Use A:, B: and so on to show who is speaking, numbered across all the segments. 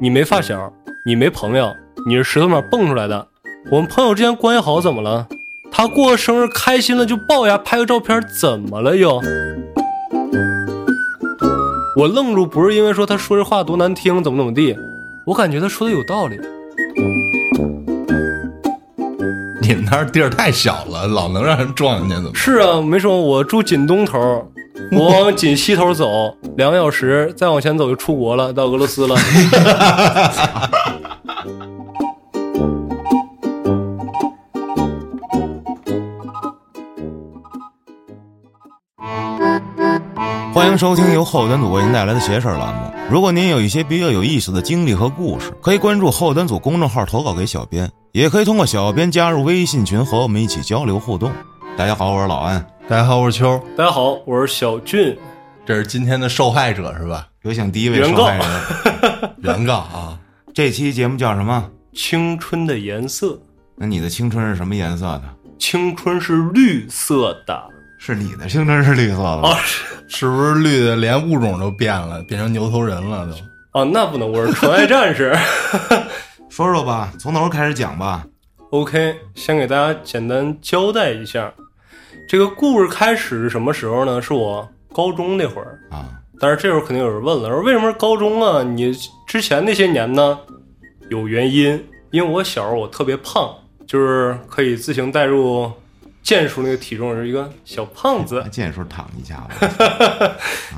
A: 你没发小，你没朋友，你是石头面蹦出来的。我们朋友之间关系好怎么了？他过生日开心了就抱呀，拍个照片怎么了又？我愣住，不是因为说他说这话多难听，怎么怎么地，我感觉他说的有道理。
B: 你们那儿地儿太小了，老能让人撞进去，怎么？
A: 是啊，没说我住锦东头，我往锦西头走两个小时，再往前走就出国了，到俄罗斯了。
C: 欢迎收听由后端组为您带来的“邪事儿”栏目。如果您有一些比较有意思的经历和故事，可以关注后端组公众号投稿给小编，也可以通过小编加入微信群和我们一起交流互动。大家好，我是老安。
B: 大家好，我是秋，
A: 大家好，我是小俊，
B: 这是今天的受害者是吧？
C: 有请第一位受害人。
B: 原告啊，
C: 这期节目叫什么？
A: 青春的颜色，
C: 那你的青春是什么颜色的？
A: 青春是绿色的。
C: 是你的青春是绿色的吗？
A: 哦
B: 是不是绿的连物种都变了，变成牛头人了都？
A: 哦，那不能，我是纯爱战士。
C: 说说吧，从头开始讲吧。
A: OK，先给大家简单交代一下，这个故事开始是什么时候呢？是我高中那会儿。
C: 啊，
A: 但是这时候肯定有人问了，说为什么高中啊？你之前那些年呢？有原因，因为我小时候我特别胖，就是可以自行代入剑叔那个体重，是一个小胖子
C: 那，见时候躺一下吧。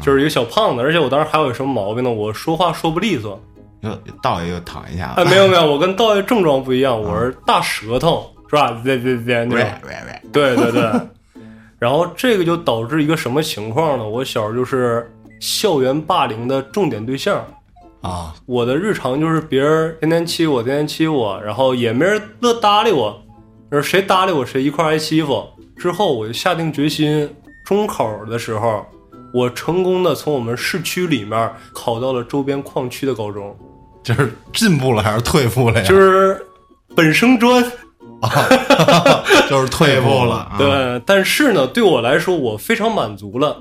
A: 就是一个小胖子。而且我当时还有什么毛病呢？我说话说不利索。
C: 又倒也又躺一下
A: 哎，
C: 子。
A: 没有没有，我跟道爷症状不一样，我是大舌头，是吧？对对 对，那种。
C: 喂喂
A: 对对对。然后这个就导致一个什么情况呢？我小时候就是校园霸凌的重点对象。
B: 啊，
A: 我的日常就是别人天天欺我，天天欺我，然后也没人乐搭理我，就是谁搭理我谁一块儿挨欺负。之后我就下定决心，中考的时候，我成功的从我们市区里面考到了周边矿区的高中，
B: 这是进步了还是退步了呀？
A: 就是本升专。
B: 就是退步了。
C: 啊！
A: 对，但是呢，对我来说我非常满足了。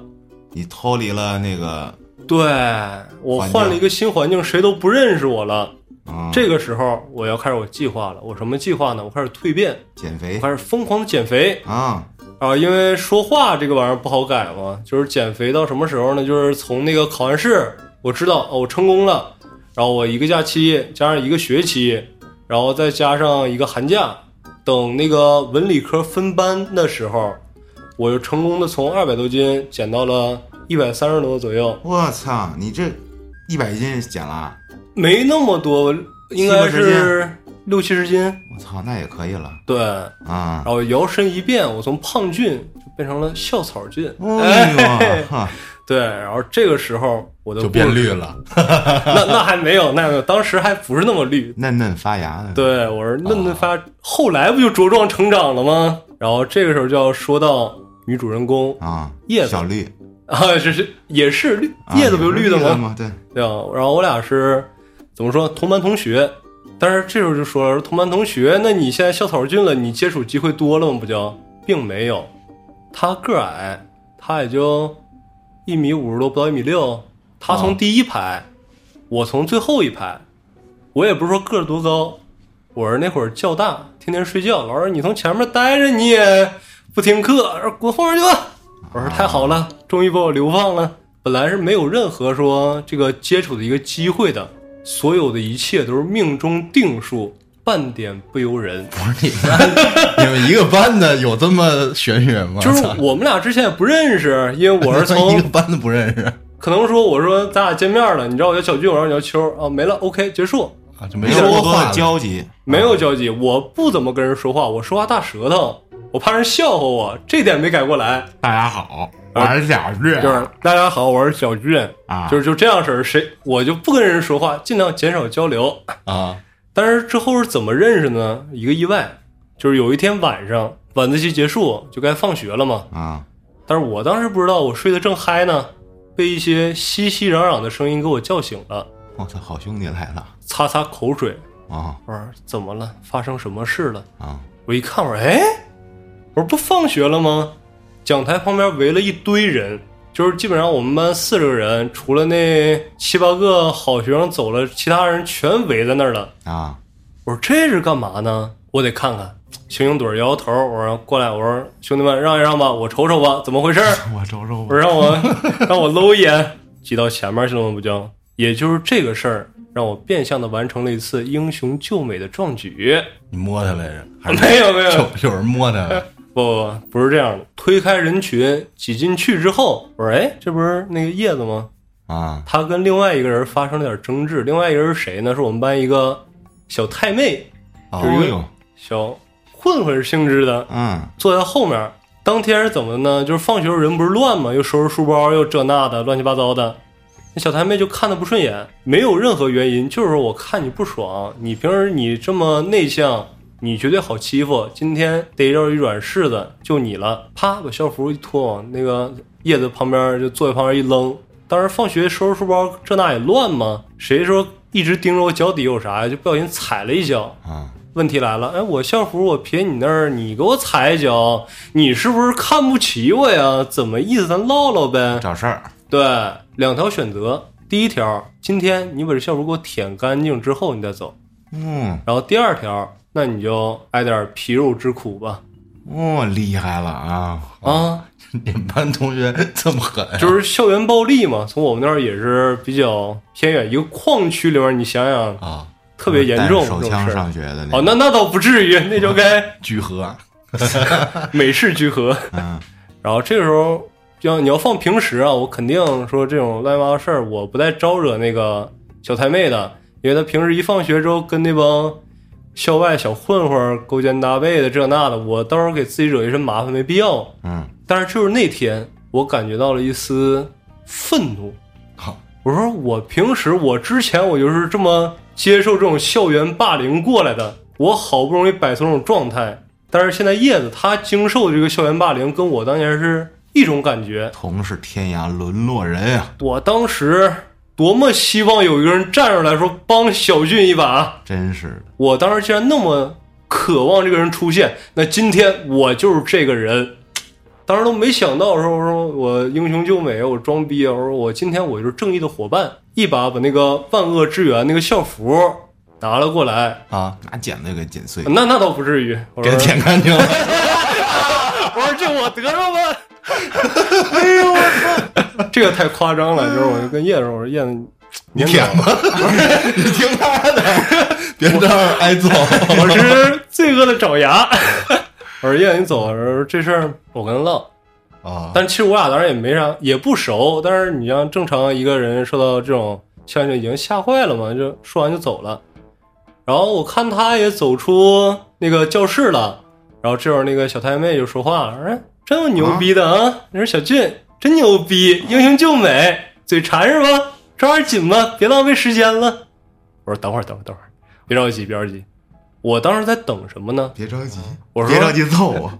C: 你脱离了那个
A: 对我
C: 环境
A: 换了一个新环境，谁都不认识我了。
C: 啊，
A: 这个时候我要开始我计划了，我什么计划呢？我开始蜕变，
C: 减
A: 我
C: 肥
A: 开始疯狂的减肥。
C: 啊，
A: 啊，因为说话这个玩意儿不好改嘛，就是减肥到什么时候呢？就是从那个考完试，我知道哦，我成功了，然后我一个假期加上一个学期，然后再加上一个寒假，等那个文理科分班的时候，我就成功的从二百多斤减到了一百三十多左右，
C: 我操，你这一百斤减了，
A: 没那么多，应该是六七十斤，
C: 我操，那也可以了
A: 对，然
C: 啊！
A: 后摇身一变，我从胖俊就变成了校草俊，
C: 哎呦，哈，
A: 对，然后这个时候我的
B: 就
A: 故
B: 变
A: 事，
B: 绿了，
A: 那那还没有，那还没有，当时还不是那么绿。
C: 嫩嫩发芽的，，
A: 对，我是嫩
B: 哦
A: 嫩发，后来不就茁壮成长了吗？然后这个时候就要说到女主人公
C: 啊，
A: 叶子
C: 小绿，
A: 啊，是是也是绿
C: 啊
A: 叶子不就绿的
C: 也是
A: 吗？
C: 吗？对，
A: 对啊，然后我俩是怎么说同班同学，但是这时候就说了说同班同学，那你现在校草进了，你接触机会多了吗？不就并没有，他个矮，他也就一米五十多，不到一米六，他从第一排，我从最后一排，我也不是说个儿多高，我是那会儿较大，天天睡觉，老师你从前面待着你也不听课，说滚后面去吧。我说太好了，终于把我流放了。本来是没有任何说这个接触的一个机会的，所有的一切都是命中定数，半点不由人。
B: 你们 一个班的有这么玄学吗？
A: 就是
B: 操哎
A: 我们俩之前也不认识，因为我是
B: 一
A: 从
B: 个班的不认识
A: 可能说我说咱俩见面了，你知道我叫小俊，我让你叫秋啊，没了，OK 结束，
B: 啊，就没
C: 没有
B: 说
C: 多
B: 话
C: 多
B: 了
C: 交集，
A: 没有交集。我不怎么跟人说话，我说话大舌头，我怕人笑话我，这点没改过来。
C: 大家好，我是小绿，
A: 就是 大家好，我是小俊
C: 啊
A: 就是就这样式儿，谁我就不跟人说话，尽量减少交流。
B: 啊，
A: 但是之后是怎么认识呢？一个意外，就是有一天晚上晚自习结束就该放学了嘛，
C: 啊，
A: 但是我当时不知道，我睡得正嗨呢，被一些熙熙攘攘的声音给我叫醒了，
C: 我操，好兄弟来了
A: 擦擦口水，
C: 啊
A: 我说哎怎么了？发生什么事了？
C: 啊，
A: 我一看，我说哎，我说不放学了吗？讲台旁边围了一堆人，就是基本上我们班四十个人，除了那七八个好学生走了，其他人全围在那儿了。
C: 啊，
A: 我说这是干嘛呢？我得看看。行行盹儿摇摇头，我说过来，我说兄弟们让一让吧，我瞅瞅吧，怎么回事儿？
B: 我瞅瞅
A: 我
B: 吧，
A: 说让我让我搂一眼，挤到前面去了吗？不就？也就是这个事儿，让我变相的完成了一次英雄救美的壮举。
B: 你摸他来着？还是
A: 没有没有，
B: 有有人摸他了？
A: 不不不，不是这样的。推开人群挤进去之后，我说：“哎，这不是那个叶子吗？
C: 啊，
A: 他跟另外一个人发生了点争执。另外一个人是谁呢？是我们班一个小太妹，
B: 哦
A: 就是一
C: 呦
A: 个小混混性质的，
C: 嗯
A: 坐在后面。当天是怎么的呢？就是放学时候人不是乱嘛，又收拾书包，又这那的，乱七八糟的。那小太妹就看他不顺眼，没有任何原因，就是我看你不爽，你平时你这么内向，你绝对好欺负，今天逮着一软柿子，就你了。啪，把校服一脱，往那个叶子旁边就座位旁边一扔。当时放学收拾书包，这那也乱嘛，谁说一直盯着我脚底有啥呀？就不小心踩了一脚，
C: 啊，
A: 问题来了，哎，我校服我撇你那儿，你给我踩一脚，你是不是看不起我呀？怎么意思？咱唠唠呗。
C: 找事儿，
A: 对，两条选择，第一条，今天你把这校服给我舔干净之后你再走，
C: 嗯，
A: 然后第二条，那你就挨点皮肉之苦吧。
C: 哦，厉害了啊，
A: 啊，
B: 你们班同学这么狠，
A: 就是校园暴力嘛，从我们那儿也是比较偏远一个矿区里面，你想想
B: 啊，
A: 特别严重
C: 哎带着手
A: 这种
C: 枪
A: 事儿。
C: 上学的
A: 哦，
C: 那，
A: 那那倒不至于，那就该
B: 聚合
A: 美式聚合。
C: 嗯
A: 然后这个时候，要你要放平时啊，我肯定说这种乱七八糟事儿，我不带招惹那个小太妹的，因为她平时一放学之后跟那帮校外小混混勾肩搭背的这那的，我到时候给自己惹一身麻烦没必要。
C: 嗯，
A: 但是就是那天，我感觉到了一丝愤怒。
B: 好，
A: 我说我平时我之前我就是这么接受这种校园霸凌过来的，我好不容易摆脱这种状态，但是现在叶子他经受这个校园霸凌，跟我当年是一种感觉。
C: 同是天涯沦落人啊呀，
A: 我当时多么希望有一个人站出来说帮小俊一把，
C: 真是的，
A: 我当时竟然那么渴望这个人出现，那今天我就是这个人。当时都没想到，说我说我英雄救美，我装逼，我说我今天我就是正义的伙伴，一把把那个万恶之源那个校服拿了过来，
B: 啊，
C: 拿剪子给剪碎，
A: 那那倒不至于。我
B: 给
A: 说
B: 他舔干净了。
A: 我说这我得着吧。 哎呦我操，这个太夸张了。就是我就跟叶子说，我说叶子，
B: 你舔吧， 你听他的，别这样挨揍。
A: 我 是罪恶的爪牙。我说叶子你走，我说这事儿我跟他唠。
B: 啊，
A: 但其实我俩当然也没啥，也不熟。但是你像正常一个人受到这种消息已经吓坏了嘛，就说完就走了。然后我看他也走出那个教室了，然后这会儿那个小太妹就说话了：“哎，真有牛逼的啊！你说小俊真牛逼，英雄救美，嘴馋是吧？抓点紧吧，别浪费时间了。”我说：“等会儿，等会儿，等会儿，别着急，别着急。”我当时在等什么呢？
B: 别着急，
A: 我说
C: 别着急揍 我，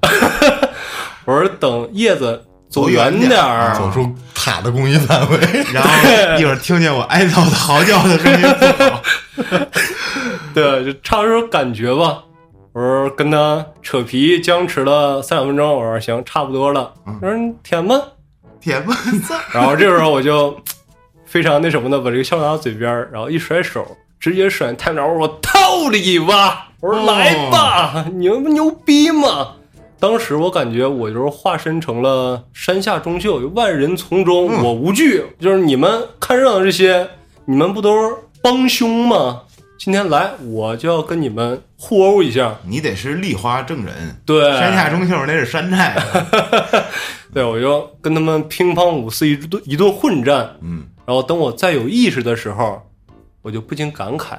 A: 我说等叶子走
B: 远
A: 点儿，
B: 儿，走出塔的攻击范围。
C: 然后一会儿听见我哀悼的嚎叫的声音不好，
A: 对，就差不多这种感觉吧。我说跟他扯皮僵持了三两分钟，我说行，差不多了。我说嗯你舔吧。
C: 铁棒子，
A: 然后这时候我就非常那什么的，把这个笑拿到嘴边儿，然后一甩手，直接甩太秒，我套你吧！我说来
C: 哦
A: 吧，你们不牛逼吗？当时我感觉我就是化身成了山下中秀，就万人丛中、
C: 嗯
A: 我无惧。就是你们看热闹这些，你们不都是帮凶吗？今天来，我就要跟你们互殴一下。
C: 你得是立花正人，
A: 对，
C: 山下中秀那是山寨，
A: 对，我就跟他们乒乓五四一顿一顿混战。
C: 嗯，
A: 然后等我再有意识的时候，我就不禁感慨，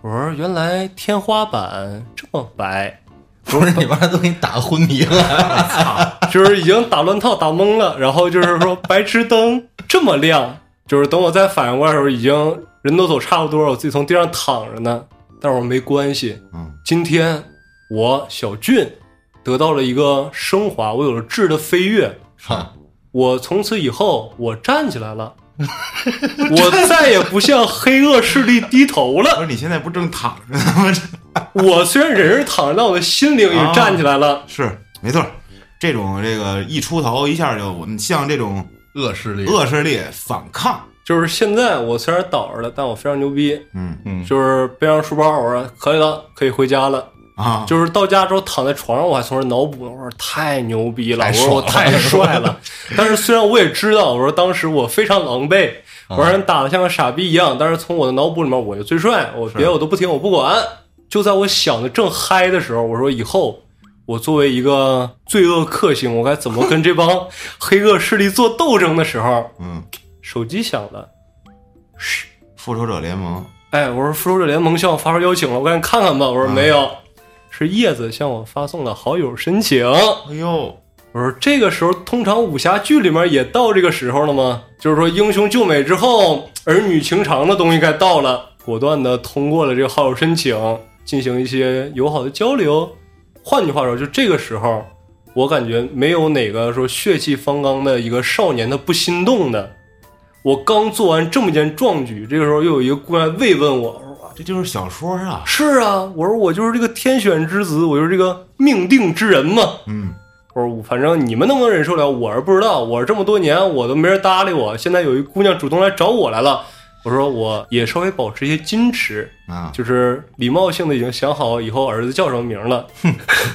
A: 我说原来天花板这么白，
B: 不是你妈都给你打昏迷了，
A: 就是已经打乱套打懵了。然后就是说白炽灯 这么亮，就是等我再反应过来的时候，已经人都走差不多了，我自己从地上躺着呢。但是我没关系，
C: 嗯，
A: 今天我小俊得到了一个升华，我有了质的飞跃。
B: 操
A: 我从此以后，我站起来了， 我再也不向黑恶势力低头
C: 不
A: 了。
C: 是你现在不正躺着呢吗？
A: 我虽然人是躺着，但我的心灵也站起来了。
C: 是没错儿，这种这个一出头一下就我们像这种
B: 恶势力，
C: 恶势力反抗，
A: 就是现在我虽然倒着了，但我非常牛逼，
C: 嗯
B: 嗯，
A: 就是背上书包，我说可以了，可以回家了。
C: 啊，
A: 就是到家之后躺在床上，我还从这脑补，我说太牛逼了，
B: 太
A: 我
B: 爽
A: 说我太帅了。但是虽然我也知道，我说当时我非常狼狈，我让人打的像个傻逼一样，但是从我的脑补里面，我就最帅，我别的我都不听，我不管。就在我想的正嗨的时候，我说以后我作为一个罪恶克星，我该怎么跟这帮 黑恶势力做斗争的时候，
C: 嗯，
A: 手机响了，
C: 复仇者联盟，
A: 哎，我说复仇者联盟向我发出邀请了，我赶紧看看吧。我说没有，是叶子向我发送了好友申请。
C: 哎呦，
A: 我说这个时候，通常武侠剧里面也到这个时候了吗？就是说英雄救美之后，儿女情长的东西该到了，果断的通过了这个好友申请，进行一些友好的交流。换句话说，就这个时候，我感觉没有哪个说血气方刚的一个少年他不心动的。我刚做完这么一件壮举，这个时候又有一个姑娘慰问我，我说
C: 这就是小说啊，
A: 是啊，我说我就是这个天选之子，我就是这个命定之人嘛。
C: 嗯，
A: 我说反正你们能不能忍受了，我是不知道。我这么多年我都没人搭理我，现在有一姑娘主动来找我来了，我说我也稍微保持一些矜持，
C: 啊，
A: 就是礼貌性的已经想好以后儿子叫什么名了。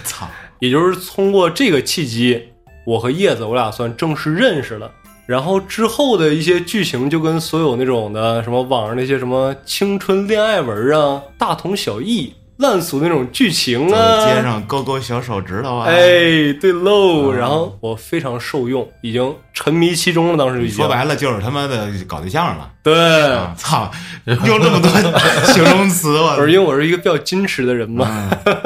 C: 操，
A: 也就是通过这个契机，我和叶子我俩算正式认识了。然后之后的一些剧情就跟所有那种的什么网上那些什么青春恋爱文啊，大同小异，烂俗那种剧情
C: 走
A: 啊，
C: 在街上勾勾小手指头啊，，
A: 哎，对喽，
C: 啊
A: 然后我非常受用，已经沉迷其中了，当时就已经
C: 说白了就是他妈的搞对象了，
A: 对，
C: 啊，操，用这么多形容词，我
A: 我是因为我是一个比较矜持的人嘛，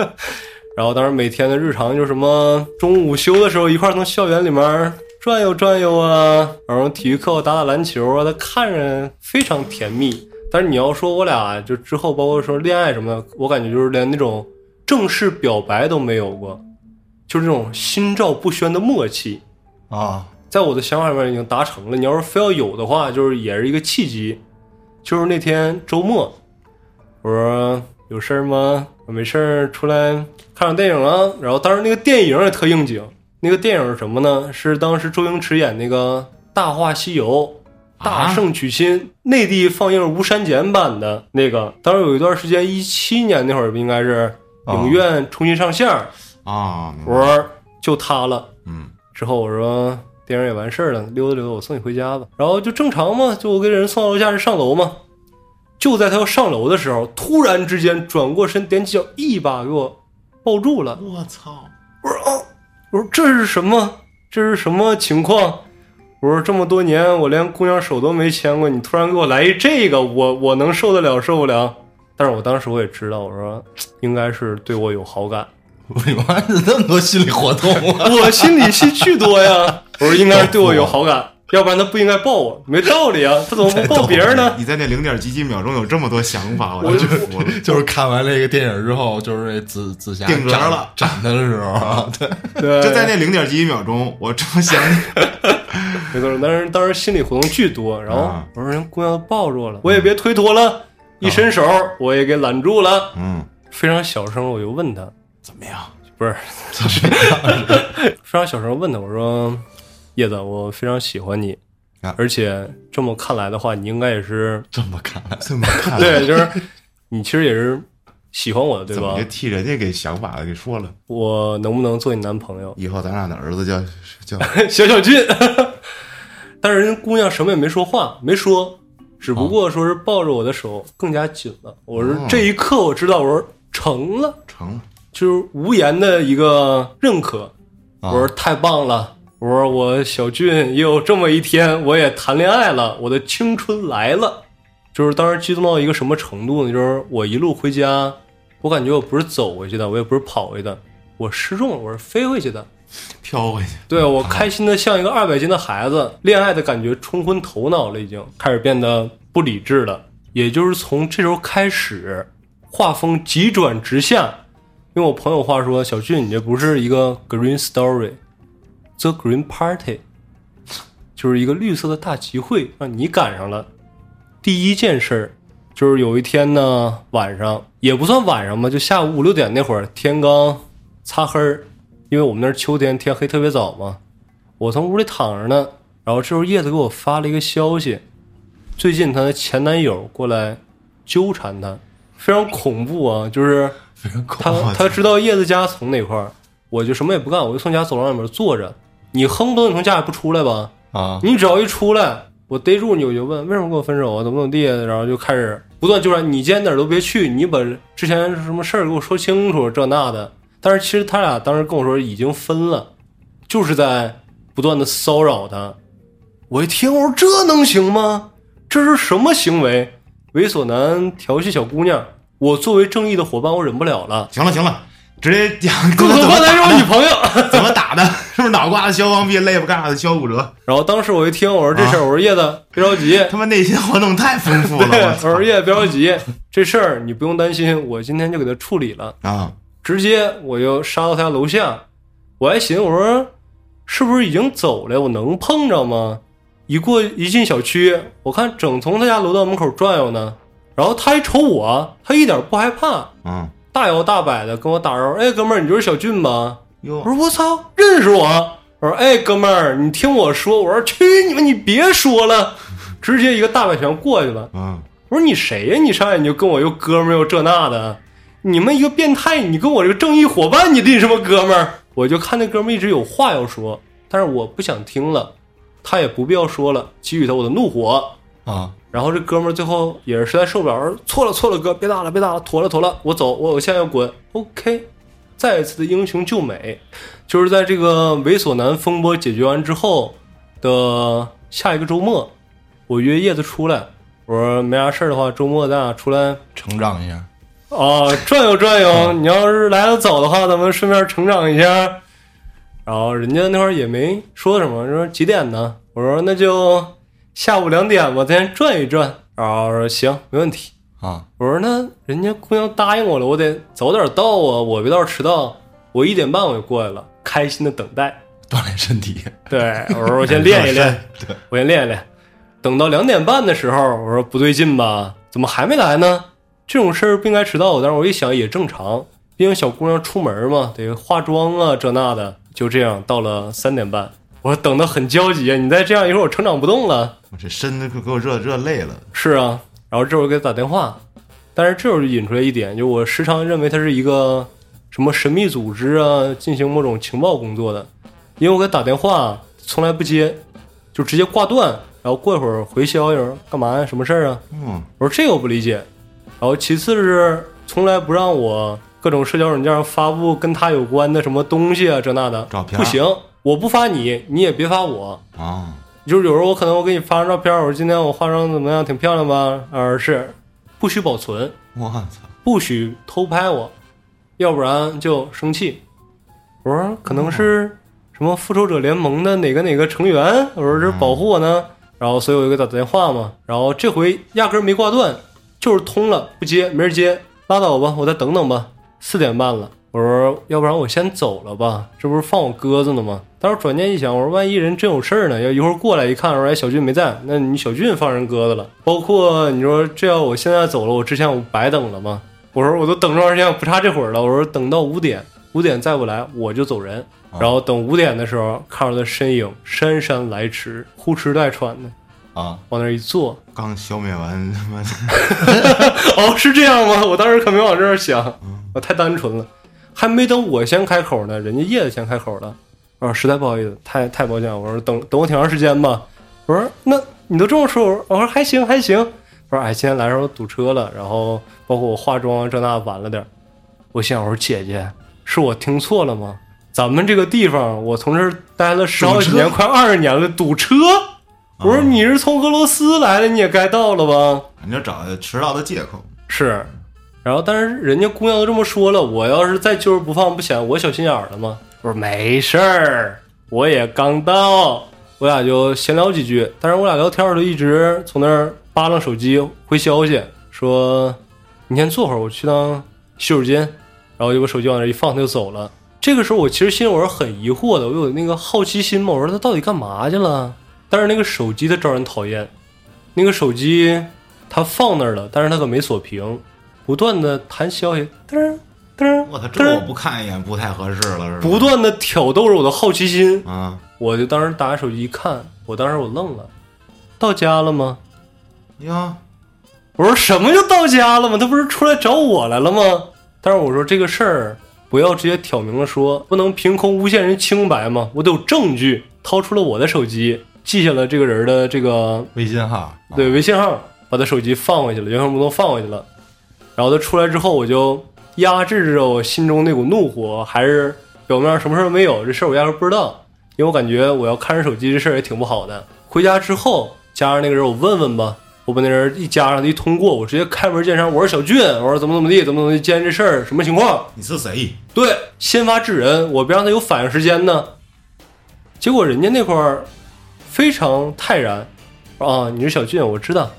A: 然后当时每天的日常就是什么中午午休的时候一块儿从校园里面转悠转悠啊，然后体育课后打打篮球啊，他看着非常甜蜜。但是你要说我俩就之后包括说恋爱什么的，我感觉就是连那种正式表白都没有过，就是那种心照不宣的默契。
B: 啊，
A: 在我的想法里面已经达成了。你要是非要有的话，就是也是一个契机，就是那天周末，我说有事儿吗？我没事儿，出来看场电影啊。然后当时那个电影也特应景，那个电影是什么呢？是当时周星驰演那个《大话西游》。大圣娶亲，内地放映无删减版的那个，当时有一段时间，一七年那会儿应该是影院重新上线儿，
C: 啊，明白
A: 我说就它了，
C: 嗯，
A: 之后我说电影也完事儿了，溜达溜达，我送你回家吧。然后就正常嘛，就我给人送到楼下是上楼嘛。就在他要上楼的时候，突然之间转过身，踮起脚一把给我抱住了。
C: 我操，
A: 我说这是什么？这是什么情况？我说这么多年我连姑娘手都没牵过，你突然给我来一这个，我我能受得了受不了？但是我当时我也知道，我说应该是对我有好感，
B: 你妈这那么多心理活动 啊！
A: 我心里戏巨多呀。 我说应该是对我有好感，要不然他不应该抱我，没道理啊，他怎么不抱别人呢？
C: 你在那零点几几秒钟有这么多想法，我真服了。
B: 就是看完这个电影之后，就是这紫紫霞
C: 定格
B: 斩
C: 了
B: 斩他的时候 啊，对，
A: 对，
C: 就在那零点几秒钟，我这么想你，
A: 没错，当时当时心理活动巨多，然后
C: 啊
A: 我说人姑娘都抱住我了，我也别推脱了，一伸手我也给揽住了，
C: 嗯，
A: 非常小声我就问他，
C: 怎么样？
A: 不是，非常小声问他，我说叶子，我非常喜欢你
C: 啊，
A: 而且这么看来的话，你应该也是
B: 这么看来，
C: 这么看来，
A: 对，就是你其实也是喜欢我的，对
C: 怎
A: 吧
C: 么就？替人家给想法给说了？
A: 我能不能做你男朋 友？
C: 以后咱俩的儿子叫 叫
A: 小小俊， 但是人家姑娘什么也没说话，没说，只不过说是抱着我的手更加紧了。我说
C: 哦
A: 这一刻我知道，我说成了，
C: 成了，
A: 就是无言的一个认可。我
B: 啊
A: 说太棒了，我说我小俊也有这么一天，我也谈恋爱了，我的青春来了。就是当时激动到一个什么程度呢？就是我一路回家，我感觉我不是走回去的，我也不是跑回去的，我失重了，我是飞回去的。
C: 飘回去，
A: 对我开心的像一个二百斤的孩子，恋爱的感觉冲昏头脑了，已经开始变得不理智了。也就是从这时候开始，画风急转直下。用我朋友话说，小俊，你这不是一个 green story，the green party，就是一个绿色的大集会，让你赶上了。第一件事儿就是有一天呢晚上，也不算晚上吧，就下午五六点那会儿，天刚擦黑儿，因为我们那儿秋天天黑特别早嘛。我从屋里躺着呢，然后这时候叶子给我发了一个消息，最近她的前男友过来纠缠她，非常恐怖啊！就是他他知道叶子家从哪块儿，我就什么也不干，我就从家走廊里面坐着。你哼不得你从家也不出来吧？
B: 啊，
A: 你只要一出来，我逮住你，我就问为什么跟我分手啊，怎么怎么地，然后就开始不断纠缠。你今天哪儿都别去，你把之前什么事儿给我说清楚，这那的。但是其实他俩当时跟我说已经分了，就是在不断的骚扰他。我一听，我说这能行吗？这是什么行为？猥琐男调戏小姑娘，我作为正义的伙伴，我忍不了 了。
C: 行了行了，直接讲
A: 更何况她是我女朋友。
C: 怎么打的？是不是脑瓜子削钢壁，肋巴嘎子削骨折？
A: 然后当时我一听，我说这事儿，我说叶子别着急，
C: 他妈内心活动太丰富
A: 对，
C: 了，我
A: 我
C: 操
A: 说叶别着急，这事儿你不用担心，我今天就给他处理了。
C: 啊！
A: 直接我就杀到他家楼下，我还寻思我说是不是已经走了，我能碰着吗？一过一进小区，我看整从他家楼道门口转悠呢，然后他一瞅我，他一点不害怕，
C: 嗯，
A: 大摇大摆的跟我打招呼：“哎，哥们儿，你就是小俊吧？”我
C: 哟，
A: 说我操，认识我。我说哎，哥们儿，你听我说。我说去你妈，你别说了，直接一个大摆拳过去了。
C: 嗯，
A: 我说你谁呀、你上来你就跟我又哥们儿又这那的，你们一个变态，你跟我这个正义伙伴，你立什么哥们儿？我就看那哥们儿一直有话要说，但是我不想听了，他也不必要说了，给予他我的怒火。
B: 啊，
A: 然后这哥们儿最后也是实在受不了，说错了错了，哥别打了别打了，妥了妥了，我走，我我现在要滚。OK，再一次的英雄救美，就是在这个猥琐男风波解决完之后的下一个周末，我约叶子出来，我说没啥事儿的话，周末咱俩出来
B: 成长一下，
A: 啊，转悠转悠。你要是来的早的话，咱们顺便成长一下。然后人家那会儿也没说什么，说几点呢？我说那就下午两点吧，咱先转一转。然后说行，没问题。
B: 啊，
A: 我说那人家姑娘答应我了，我得早点到啊，我别到时候迟到。我一点半我就过来了，开心的等待。
B: 锻炼身体，
A: 对，我说我先练一练，我先练一练。等到两点半的时候，我说不对劲吧，怎么还没来呢？这种事儿不应该迟到，但是我一想也正常，毕竟小姑娘出门嘛，得化妆啊，这那的。就这样到了三点半，我等的很焦急啊！你再这样一会儿，我成长不动了。
C: 我这身子给我热热累了。
A: 是啊，然后这会儿给她打电话，但是这会儿就引出来一点，就我时常认为她是一个什么神秘组织啊，进行某种情报工作的，因为我给她打电话从来不接，就直接挂断，然后过一会儿回消息说干嘛呀，什么事儿啊？
C: 嗯，
A: 我说这个我不理解。然后其次是从来不让我各种社交软件上发布跟他有关的什么东西啊，这那的
C: 照片
A: 不行，我不发你，你也别发我。
C: 啊，
A: 就是有时候我可能我给你发张照片，我说今天我化妆怎么样，挺漂亮吧？而是不许保存，
C: 我操，
A: 不许偷拍我，要不然就生气。我说可能是什么复仇者联盟的哪个哪个成员，我说这保护我呢。然后所以我就给他打电话嘛，然后这回压根儿没挂断，就是通了不接，没人接，拉倒吧，我再等等吧。四点半了，我说要不然我先走了吧，这不是放我鸽子呢吗？但是转念一想，我说万一人真有事儿呢，要一会儿过来一看，我说哎小俊没在，那你小俊放人鸽子了。包括你说这要我现在走了，我之前我白等了吗？我说我都等这么长时间，我不差这会儿了。我说等到五点，五点再不来我就走人。然后等五点的时候，看着他身影姗姗来迟，呼哧带喘的
B: 啊，
A: 往那儿一坐。
C: 刚消灭完他妈的，
A: 哦，是这样吗？我当时可没往这儿想，我太单纯了。还没等我先开口呢，人家叶子先开口了。我说实在不好意思，太太抱歉了。我说等等我挺长时间吧。我说那你都这么说，我说我说还行还行。我说哎，今天来的时候堵车了，然后包括我化妆啊这那晚了点儿。我心想我说姐姐，是我听错了吗？咱们这个地方，我从这儿待了十好几年，快二十年了，堵车。我说你是从俄罗斯来的，你也该到了吧？
C: 你就找迟到的借口。
A: 是，然后但是人家姑娘都这么说了，我要是再揪着不放，不显我小心眼儿了吗？我说没事儿，我也刚到，我俩就闲聊几句。但是我俩聊天儿就一直从那儿扒拉手机回消息，说你先坐会儿，我去趟洗手间，然后就把手机往那儿一放，他就走了。这个时候我其实心里我是很疑惑的，我有那个好奇心嘛，我说他到底干嘛去了？但是那个手机它招人讨厌，那个手机它放那儿了，但是它可没锁屏，不断的弹消息，嘚儿噔
C: 我操，
A: 噔
C: 这我不看一眼不太合适了，是吧？
A: 不断的挑逗着我的好奇心，
C: 啊，
A: 我就当时打开手机一看，我当时我愣了，到家了吗？
C: 哟，
A: 我说什么就到家了吗？他不是出来找我来了吗？但是我说这个事儿不要直接挑明了说，不能凭空诬陷人清白嘛，我得有证据。掏出了我的手机，记下了这个人的这个
B: 微信号，
A: 对微信号，把他手机放回去了，原封不动放回去了。然后他出来之后，我就压制着我心中那股怒火，还是表面上什么事儿都没有，这事儿我压根儿不知道，因为我感觉我要看着手机这事儿也挺不好的。回家之后加上那个人，我问问吧。我把那人一加上，一通过，我直接开门见山，我是小俊，我说怎么怎么地，怎么怎么地，今天这事儿什么情况？
C: 你是谁？
A: 对，先发制人，我别让他有反应时间呢。结果人家那块儿非常泰然，啊，你是小俊，我知道。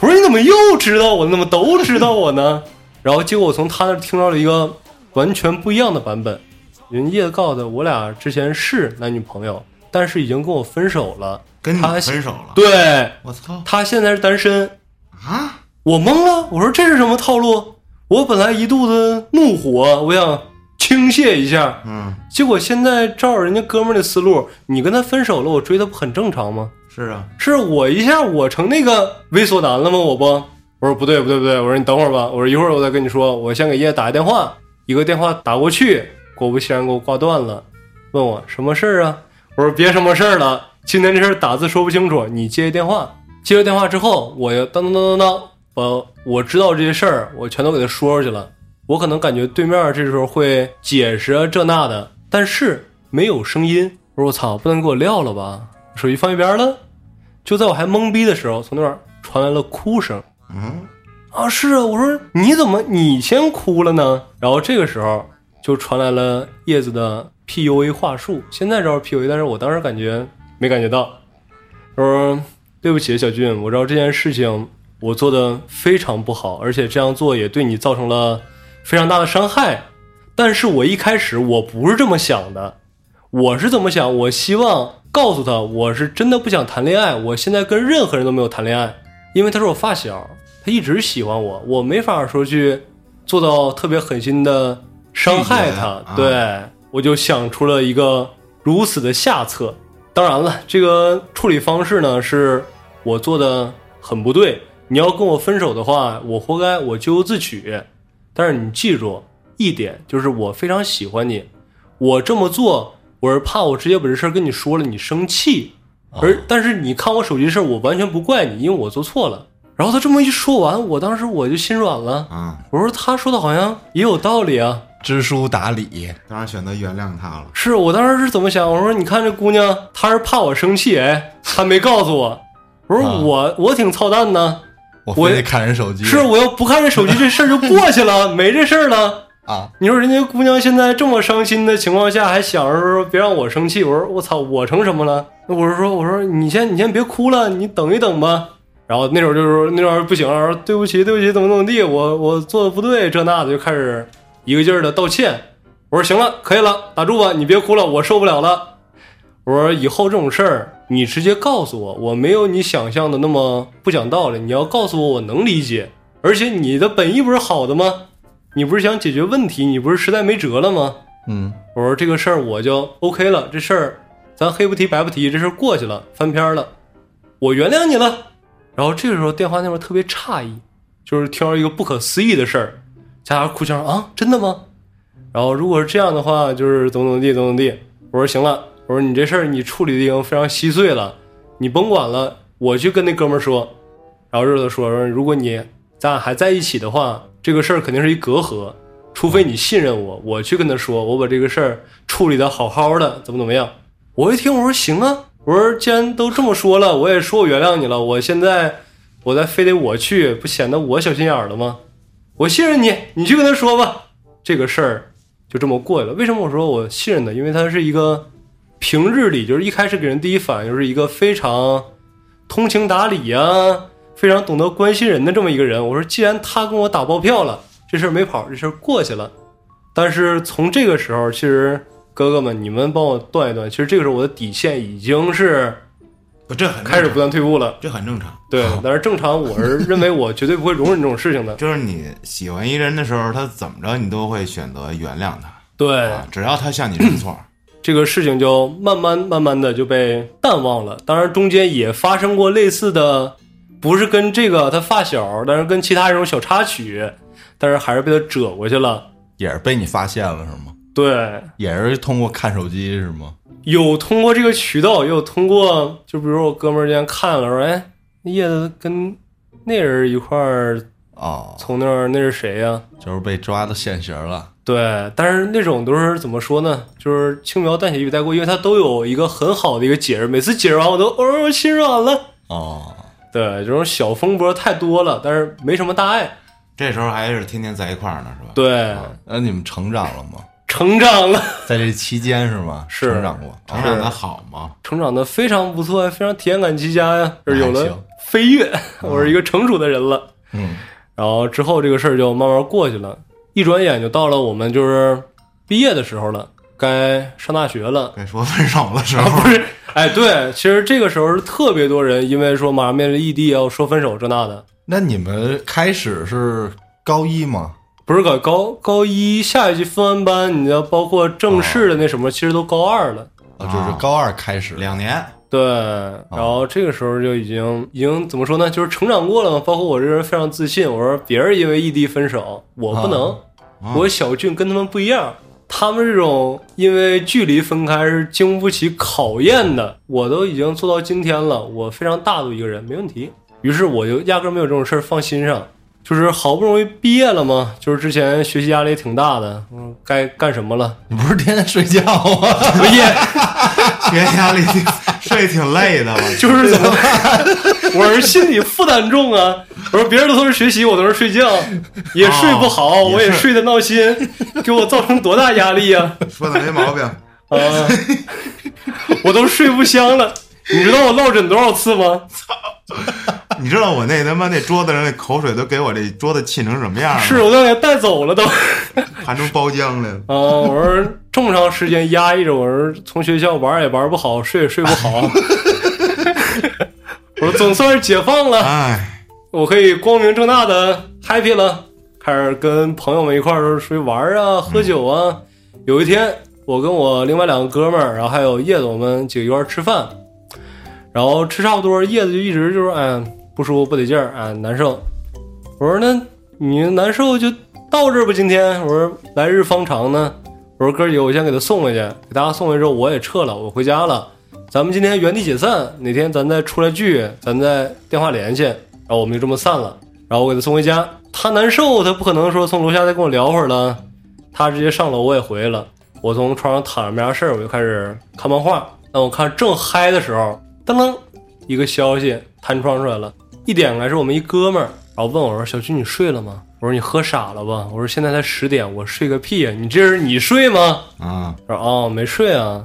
A: 我说你怎么又知道我？你怎么都知道我呢？然后结果我从他那儿听到了一个完全不一样的版本。人叶子告诉他，我俩之前是男女朋友，但是已经跟我分手了。
C: 跟你
A: 他
C: 分手了？
A: 对
C: 我操
A: 他现在是单身，
C: 啊！
A: 我懵了，我说这是什么套路？我本来一肚子怒火，我想倾泻一下，
C: 嗯，
A: 结果现在照着人家哥们儿的思路，你跟他分手了，我追他不很正常吗？
C: 是啊，
A: 是我一下我成那个猥琐男了吗？我不，我说不对不对不对，我说你等会儿吧，我说一会儿我再跟你说，我先给叶打个电话，一个电话打过去，果不其然给我挂断了，问我什么事儿啊？我说别什么事儿了，今天这事儿打字说不清楚，你接电话。接了电话之后，我又当当当当当，把我知道这些事儿我全都给他说出去了。我可能感觉对面这时候会解释啊这那的，但是没有声音。我说我操，不能给我撂了吧？手机放一边了。就在我还懵逼的时候，从那边传来了哭声。
C: 嗯，
A: 啊，是啊，我说你怎么你先哭了呢？然后这个时候就传来了叶子的 PUA 话术，现在知道是 PUA，但是我当时感觉没感觉到。我说对不起，小俊，我知道这件事情我做的非常不好，而且这样做也对你造成了非常大的伤害。但是我一开始我不是这么想的，我是怎么想？我希望告诉他，我是真的不想谈恋爱，我现在跟任何人都没有谈恋爱，因为他是我发小，他一直喜欢我，我没法说去做到特别狠心的伤害他。
C: 拒绝啊
A: 对，我就想出了一个如此的下策。当然了，这个处理方式呢，是我做的很不对。你要跟我分手的话，我活该，我咎由自取。但是你记住一点，就是我非常喜欢你，我这么做，我是怕我直接把这事儿跟你说了，你生气。而但是你看我手机的事儿，我完全不怪你，因为我做错了。然后他这么一说完，我当时我就心软了。
C: 啊，
A: 我说他说的好像也有道理啊。
B: 知书达理，
C: 当然选择原谅他了。
A: 是我当时是怎么想？我说你看这姑娘，她是怕我生气，哎，她没告诉我。我说
B: 啊
A: 我、我挺操蛋呢，
B: 我
A: 我
B: 非得看人手机，
A: 是我要不看这手机，这事儿就过去了，没这事儿了。
B: 啊，
A: 你说人家姑娘现在这么伤心的情况下，还想着说别让我生气，我说我操，我成什么了？我是说，我说你先你先别哭了，你等一等吧。然后那时候就是说那时候不行了，说对不起对不起，怎么怎么地，我我做的不对，这那的就开始一个劲儿的道歉。我说行了，可以了，打住吧，你别哭了，我受不了了。我说以后这种事儿你直接告诉我，我没有你想象的那么不讲道理。你要告诉我，我能理解，而且你的本意不是好的吗？你不是想解决问题，你不是实在没辙了吗？
B: 嗯，
A: 我说这个事儿我就 OK 了，这事儿咱黑不提白不提，这事儿过去了，翻篇儿了，我原谅你了。然后这个时候电话那边特别诧异，就是听到一个不可思议的事儿，佳佳哭腔啊，真的吗？然后如果是这样的话，就是怎么怎么地怎么怎么地。我说行了，我说你这事儿你处理的已经非常稀碎了，你甭管了，我去跟那哥们儿说。然后日子说说，如果你咱俩还在一起的话，这个事儿肯定是一隔阂，除非你信任我，我去跟他说，我把这个事儿处理的好好的，怎么怎么样。我一听，我说行啊，我说既然都这么说了，我也说我原谅你了，我现在我再非得我去，不显得我小心眼儿了吗？我信任你，你去跟他说吧。这个事儿就这么过去了。为什么我说我信任他？因为他是一个平日里就是一开始给人第一反应就是一个非常通情达理呀、非常懂得关心人的这么一个人。我说，既然他跟我打包票了，这事儿没跑，这事儿过去了。但是从这个时候，其实哥哥们，你们帮我断一断，其实这个时候我的底线已经是
C: 不，这很正常
A: 开始不，断退步了。
C: 这很正常。
A: 对，但是正常我是认为我绝对不会容忍这种事情的。
C: 就是你喜欢一人的时候，他怎么着你都会选择原谅他
A: 对，
C: 啊，只要他向你认错。
A: 这个事情就慢慢慢慢的就被淡忘了。当然，中间也发生过类似的，不是跟这个他发小，但是跟其他这种小插曲，但是还是被他折过去了。
B: 也是被你发现了是吗？
A: 对，
B: 也是通过看手机是吗？
A: 有通过这个渠道，也有通过，就比如我哥们儿今天看了，说，哎，那叶子跟那人一块儿
B: 哦，
A: 从那儿，那是谁呀、
B: 就是被抓到现行了。
A: 对，但是那种都是怎么说呢？就是轻描淡写一笔带过，因为他都有一个很好的一个解释，每次解释完我都哦心软了。
B: 哦，
A: 对，这种小风波太多了，但是没什么大碍。
C: 这时候还是天天在一块儿呢，是吧？
A: 对，
B: 那你们成长了吗？
A: 成长了，
B: 在这期间是吗？
A: 是
B: 成长过。啊
C: 成长的好吗？
A: 成长的非常不错，非常体验感极佳呀，就是有
B: 那还
A: 了
B: 行
A: 飞跃， 我是一个成熟的人了。
B: 嗯，
A: 然后之后这个事儿就慢慢过去了，一转眼就到了我们就是毕业的时候了，该上大学了。
C: 该说分手的时候，
A: 不是，哎，对，其实这个时候是特别多人因为说马上面临异地要说分手这那的，
B: 那你们开始是高一吗？
A: 不是搞高高一下一级分完班，你要包括正式的那什么，其实都高二了。
B: 啊，就是高二开始。
C: 两年，
A: 对，然后这个时候就已经已经怎么说呢？就是成长过了嘛。包括我这人非常自信，我说别人因为异地分手，我不能，我小俊跟他们不一样。他们这种因为距离分开是经不起考验的，我都已经做到今天了，我非常大度一个人，没问题。于是我就压根儿没有这种事儿放心上，就是好不容易毕业了嘛，就是之前学习压力也挺大的，嗯，该干什么了？
B: 你不是天天睡觉吗？
A: 不也
C: 学习压力 挺睡挺累的，我
A: 就是怎么， 我是心理负担重啊。我说别人都是学习，我都是睡觉，也睡不好，我也睡得闹心，给我造成多大压力啊！
C: 说的没毛病。
A: 啊，我都睡不香了。你知道我落枕多少次吗？
C: 你知道我那他妈那桌子上那口水都给我这桌子沁成什么样了？
A: 是我都给带走了都。
C: 盘成包浆来了。
A: 啊，我说这么长时间压抑着，我说从学校玩也玩不好，睡也睡不好。我说总算是解放了。
C: 哎，
A: 我可以光明正大的 happy 了，开始跟朋友们一块儿出去玩儿啊、喝酒啊。有一天，我跟我另外两个哥们儿，然后还有叶子，我们几个一块儿吃饭，然后吃差不多，叶子就一直就是哎不舒服、不得劲儿，哎难受。我说那你难受就到这儿吧，今天我说来日方长呢。我说哥几个，我先给他送回去，给大家送回去之后我也撤了，我回家了。咱们今天原地解散，哪天咱再出来聚，咱再电话联系。然后我们就这么散了。然后我给他送回家，他难受，他不可能说从楼下再跟我聊会儿了，他直接上楼，我也回了。我从床上躺着没啥事儿，我就开始看漫画。当我看正嗨的时候，噔噔，一个消息弹窗出来了，一点开是我们一哥们儿，然后问我说：“小军，你睡了吗？”我说：“你喝傻了吧？”我说：“现在才十点，我睡个屁呀！你这是你睡吗？”
C: 啊，
A: 我说哦，没睡啊。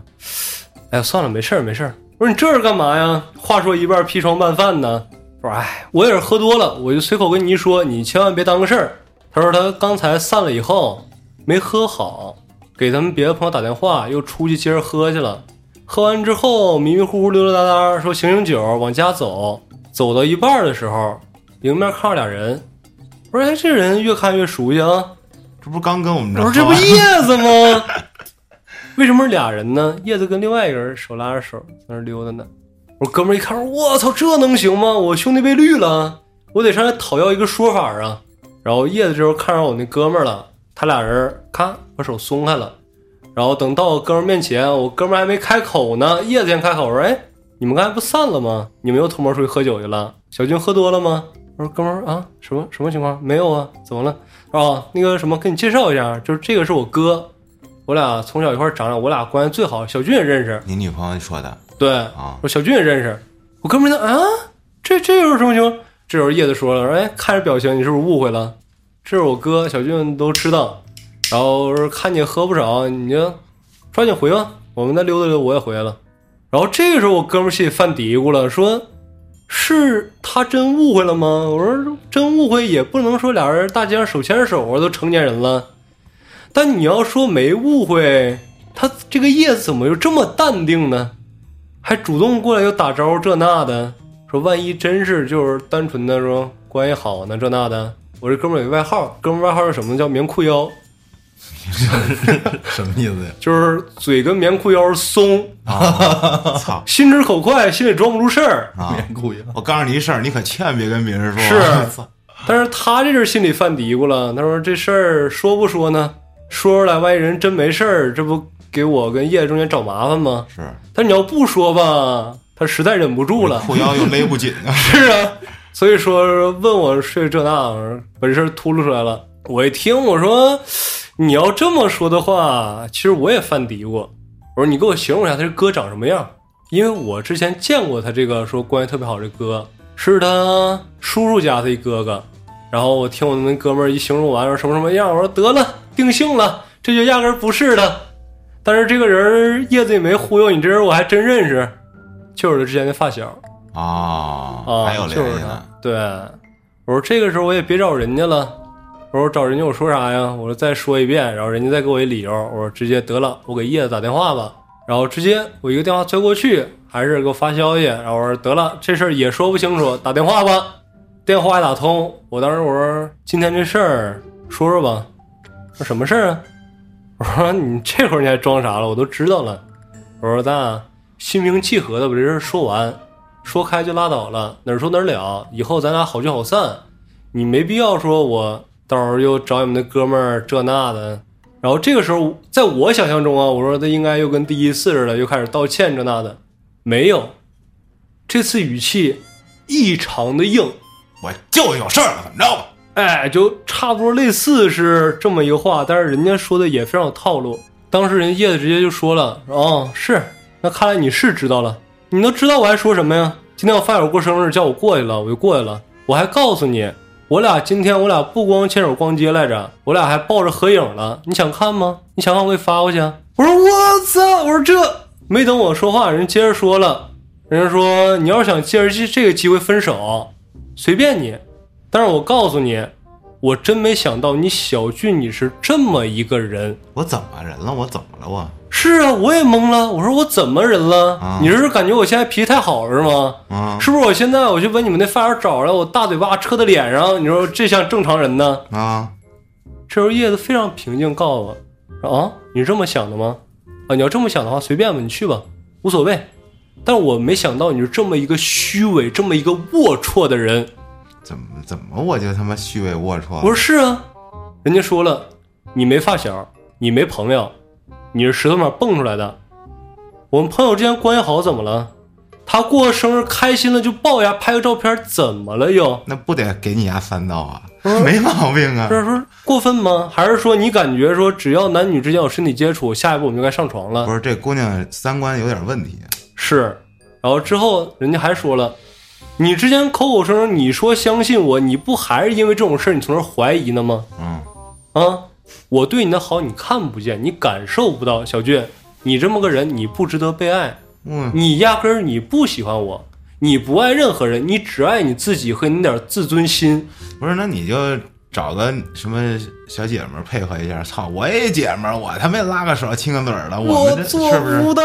A: 哎呀，算了，没事儿，没事儿。我说你这是干嘛呀？话说一半，劈床拌饭呢。我说哎，我也是喝多了，我就随口跟你一说，你千万别当个事儿。他说他刚才散了以后没喝好，给他们别的朋友打电话，又出去接着喝去了。喝完之后迷迷糊糊溜溜达达，说醒醒酒，往家走。走到一半儿的时候，迎面看着俩人，我说哎，这人越看越熟悉啊。
C: 这不是刚跟我们
A: 我说这不叶子吗？为什么是俩人呢？叶子跟另外一个人手拉着手在那儿溜达呢。我哥们儿一看，我操，这能行吗？我兄弟被绿了，我得上来讨要一个说法啊。然后叶子这时候看上我那哥们儿了，他俩人咔把手松开了。然后等到我哥们儿面前，我哥们儿还没开口呢，叶子先开口我说：“哎，你们刚才不散了吗？你们又偷摸出去喝酒去了？小军喝多了吗？”我说：“哥们儿啊，什么什么情况？没有啊，怎么了？”哦，那个什么，给你介绍一下，就是这个是我哥，我俩从小一块儿长大，我俩关系最好，小军也认识。
C: 你女朋友说的
A: 对，
C: 啊？
A: 我小军也认识。我哥们儿呢？啊，这这又是什么情况？这时候叶子说了，说哎，看着表情，你是不是误会了？这是我哥，小俊都知道。然后说看你喝不少，你就抓紧回吧，我们再溜达溜达，我也回来了。然后这个时候我哥们儿心里犯嘀咕了，说是他真误会了吗？我说真误会也不能说俩人大街上手牵手啊，都成年人了。但你要说没误会，他这个叶子怎么就这么淡定呢？还主动过来又打招呼这那的，说万一真是就是单纯的说关系好呢这那的。我这哥们儿有一外号，哥们儿外号是什么呢？叫棉裤腰，
B: 什么意 思呀？
A: 就是嘴跟棉裤腰松，
C: 啊！操！
A: 心直口快，心里装不住事儿。
C: 啊
B: 棉裤呀，
C: 我告诉你一事儿，你可千万别跟别人说。
A: 是，但是他这阵儿心里犯嘀咕了，他说这事儿说不说呢？说出来，万一人真没事儿，这不给我跟叶中间找麻烦吗？
C: 是，
A: 但你要不说吧，他实在忍不住了。
C: 裤腰又勒不紧 啊！
A: 是啊，所以说问我睡这那，把这事儿秃噜出来了。我一听，我说你要这么说的话，其实我也犯嘀咕。我说你给我形容一下他这哥长什么样，因为我之前见过他这个说关系特别好这哥，是他叔叔家的一哥哥。然后我听我那哥们儿一形容完，说什么什么样，我说得了，定性了，这就压根儿不是他。但是这个人儿叶子也没忽悠你，这人我还真认识，就是他之前的发小。
C: 啊，
A: 啊，
C: 还有联
A: 就是
C: 系
A: 他
C: 呢。
A: 对，我说这个时候我也别找人家了，我说找人家我说啥呀？我说再说一遍，然后人家再给我一理由，我说直接得了，我给叶子打电话吧。然后直接我一个电话推过去，还是给我发消息，然后我说得了，这事儿也说不清楚，打电话吧。电话一打通，我当时我说今天这事儿说说吧，说什么事儿啊？我说你这会儿你还装啥了？我都知道了。我说咱俩心平气和的把这事儿说完，说开就拉倒了，哪儿说哪儿了，以后咱俩好聚好散，你没必要说我到时候又找你们那哥们儿这那的。然后这个时候，在我想象中啊，我说他应该又跟第一次似的，又开始道歉这那的，没有，这次语气异常的硬，
C: 我就有事儿了，怎么着吧？
A: 哎，就差不多类似是这么一个话，但是人家说的也非常有套路。当时人叶子直接就说了：“哦，是，那看来你是知道了，你都知道我还说什么呀？今天我发小过生日，叫我过去了，我就过去了。我还告诉你，我俩今天我俩不光牵手逛街来着，我俩还抱着合影了。你想看吗？你想看我给你发过去啊。”我说：“我操！”我说这没等我说话，人接着说了，人家说：“你要是想借着这这个机会分手，随便你。”但是我告诉你，我真没想到你小俊你是这么一个人。
C: 我怎么人了？我怎么了？我
A: 是啊，我也懵了。我说我怎么人了？
C: 啊
A: 你是感觉我现在脾气太好是吗？
C: 啊
A: 是不是我现在我去把你们那发小找来，我大嘴巴抽他脸上？你说这像正常人呢？
C: 啊！
A: 这时候叶子非常平静告诉我：“说啊，你是这么想的吗？啊，你要这么想的话，随便吧，你去吧，无所谓。但我没想到你是这么一个虚伪、这么一个龌龊的人。”
C: 怎么怎么我就他妈虚伪龌龊了？
A: 我说是啊，人家说了，你没发小，你没朋友，你是石头面蹦出来的。我们朋友之间关系好怎么了？他过生日开心了就抱一下拍个照片，怎么了又？
C: 那不得给你丫三刀啊？没毛病啊
A: 不！是说过分吗？还是说你感觉说只要男女之间有身体接触，下一步我们就该上床了
C: 不？是这姑娘三观有点问题，
A: 是，然后之后人家还说了，你之前口口声声你说相信我，你不还是因为这种事儿你从这儿怀疑呢吗？
C: 嗯，
A: 啊，我对你的好你看不见，你感受不到，小俊，你这么个人，你不值得被爱，
C: 嗯，
A: 你压根儿你不喜欢我，你不爱任何人，你只爱你自己和你点儿自尊心。
C: 不是，那你就找个什么小姐们儿配合一下。操，我也姐们儿，我他妈也拉个手亲个嘴儿的，我们这
A: 做
C: 是不是
A: 不到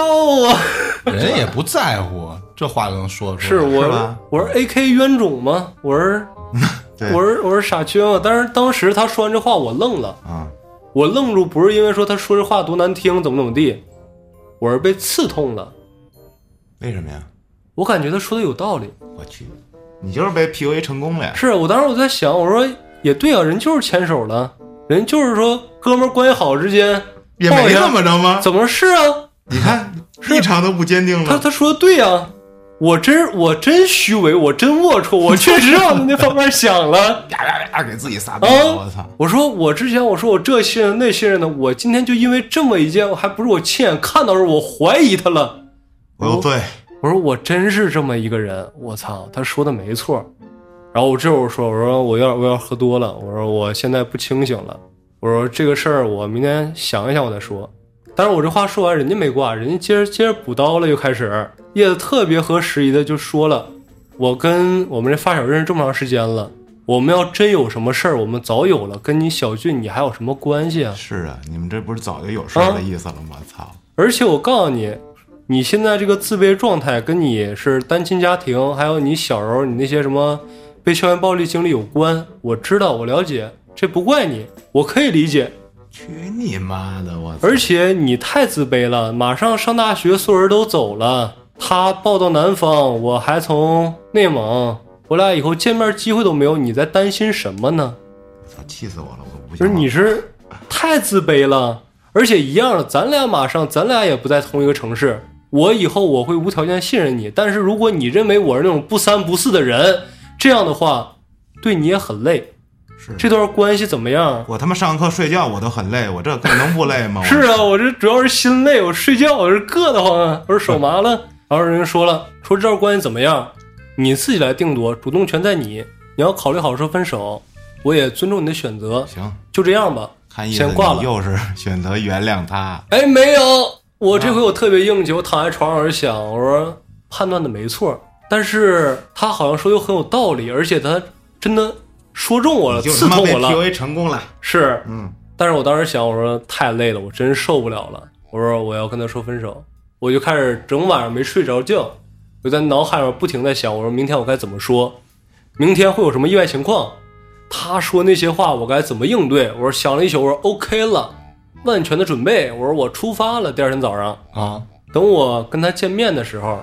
A: 啊！
B: 人也不在乎，这话都能说出
A: 是
B: 来。
A: 我
C: 是吧
A: 我是 A K 冤种吗？我是
C: 对
A: 我是我是傻缺吗？但是当时他说完这话，我愣了，
C: 啊？
A: 我愣住不是因为说他说这话多难听，怎么怎么地，我是被刺痛了，
C: 为什么呀？
A: 我感觉他说的有道理。
C: 我去，你就是被 PUA 成功了呀！
A: 是啊我当时我在想，我说也对啊，人就是牵手了，人就是说哥们儿关系好之间
C: 也
A: 抱
C: 没
A: 一下
C: 那么着吗？
A: 怎么是啊？
C: 你看立场都不坚定
A: 他
C: 了。
A: 他说的对啊，我真我真虚伪，我真龌龊，我确实往那方面想 了。
C: 啪啪啪给自己撒刀，
A: 啊
C: 我操！
A: 我说我之前我说我这信任那信任的，我今天就因为这么一件，我还不是我亲眼看到的时候，我怀疑他了。
C: 我
A: 哦
C: 又哦对，
A: 我说我真是这么一个人，我操，他说的没错。然后我这会儿说，我说我有点我有点喝多了，我说我现在不清醒了，我说这个事儿我明天想一想我再说。但是我这话说完，人家没挂，人家接着接着补刀了，又开始叶子特别合时宜的就说了，我跟我们这发小认识这么长时间了，我们要真有什么事儿，我们早有了，跟你小俊你还有什么关系啊？哦
C: 是啊，你们这不是早就有事儿的意思了吗？操！
A: 而且我告诉你，你现在这个自卑状态跟你是单亲家庭，还有你小时候你那些什么被校园暴力经历有关。我知道，我了解，这不怪你，我可以理解。
B: 去你妈的！我操！
A: 而且你太自卑了，马上上大学，所有人都走了，他报到南方，我还从内蒙，我俩以后见面机会都没有，你在担心什么呢？
B: 操，气死我了！我不
A: 就是
B: 行了。
A: 你是太自卑了，而且一样，咱俩马上，咱俩也不在同一个城市。我以后我会无条件信任你，但是如果你认为我是那种不三不四的人，这样的话，对你也很累。
B: 是
A: 这段关系怎么样？
C: 我他妈上课睡觉我都很累，我这更能不累吗？我
A: 是啊，我这主要是心累，我睡觉我是硌得慌啊，我是手麻了。然后人家说了，说这段关系怎么样，你自己来定夺，主动权在你，你要考虑好说分手，我也尊重你的选择，
C: 行，
A: 就这样吧。
C: 看意思
A: 先挂了
C: 你又是选择原谅他，
A: 哎，没有，
C: 啊
A: 我这回我特别硬气，我躺在床上我就想，我说判断的没错，但是他好像说又很有道理，而且他真的说中我了，
C: 你就
A: 呃刺
C: 他妈
A: 痛
C: 被
A: 我了，
C: PUA 成功了。
A: 是，
C: 嗯，
A: 但是我当时想，我说太累了，我真受不了了，我说我要跟他说分手，我就开始整晚上没睡着觉，我在脑海上不停在想，我说明天我该怎么说，明天会有什么意外情况，他说那些话我该怎么应对，我说想了一宿，我说 OK 了，万全的准备，我说我出发了，第二天早上。
B: 啊！
A: 等我跟他见面的时候，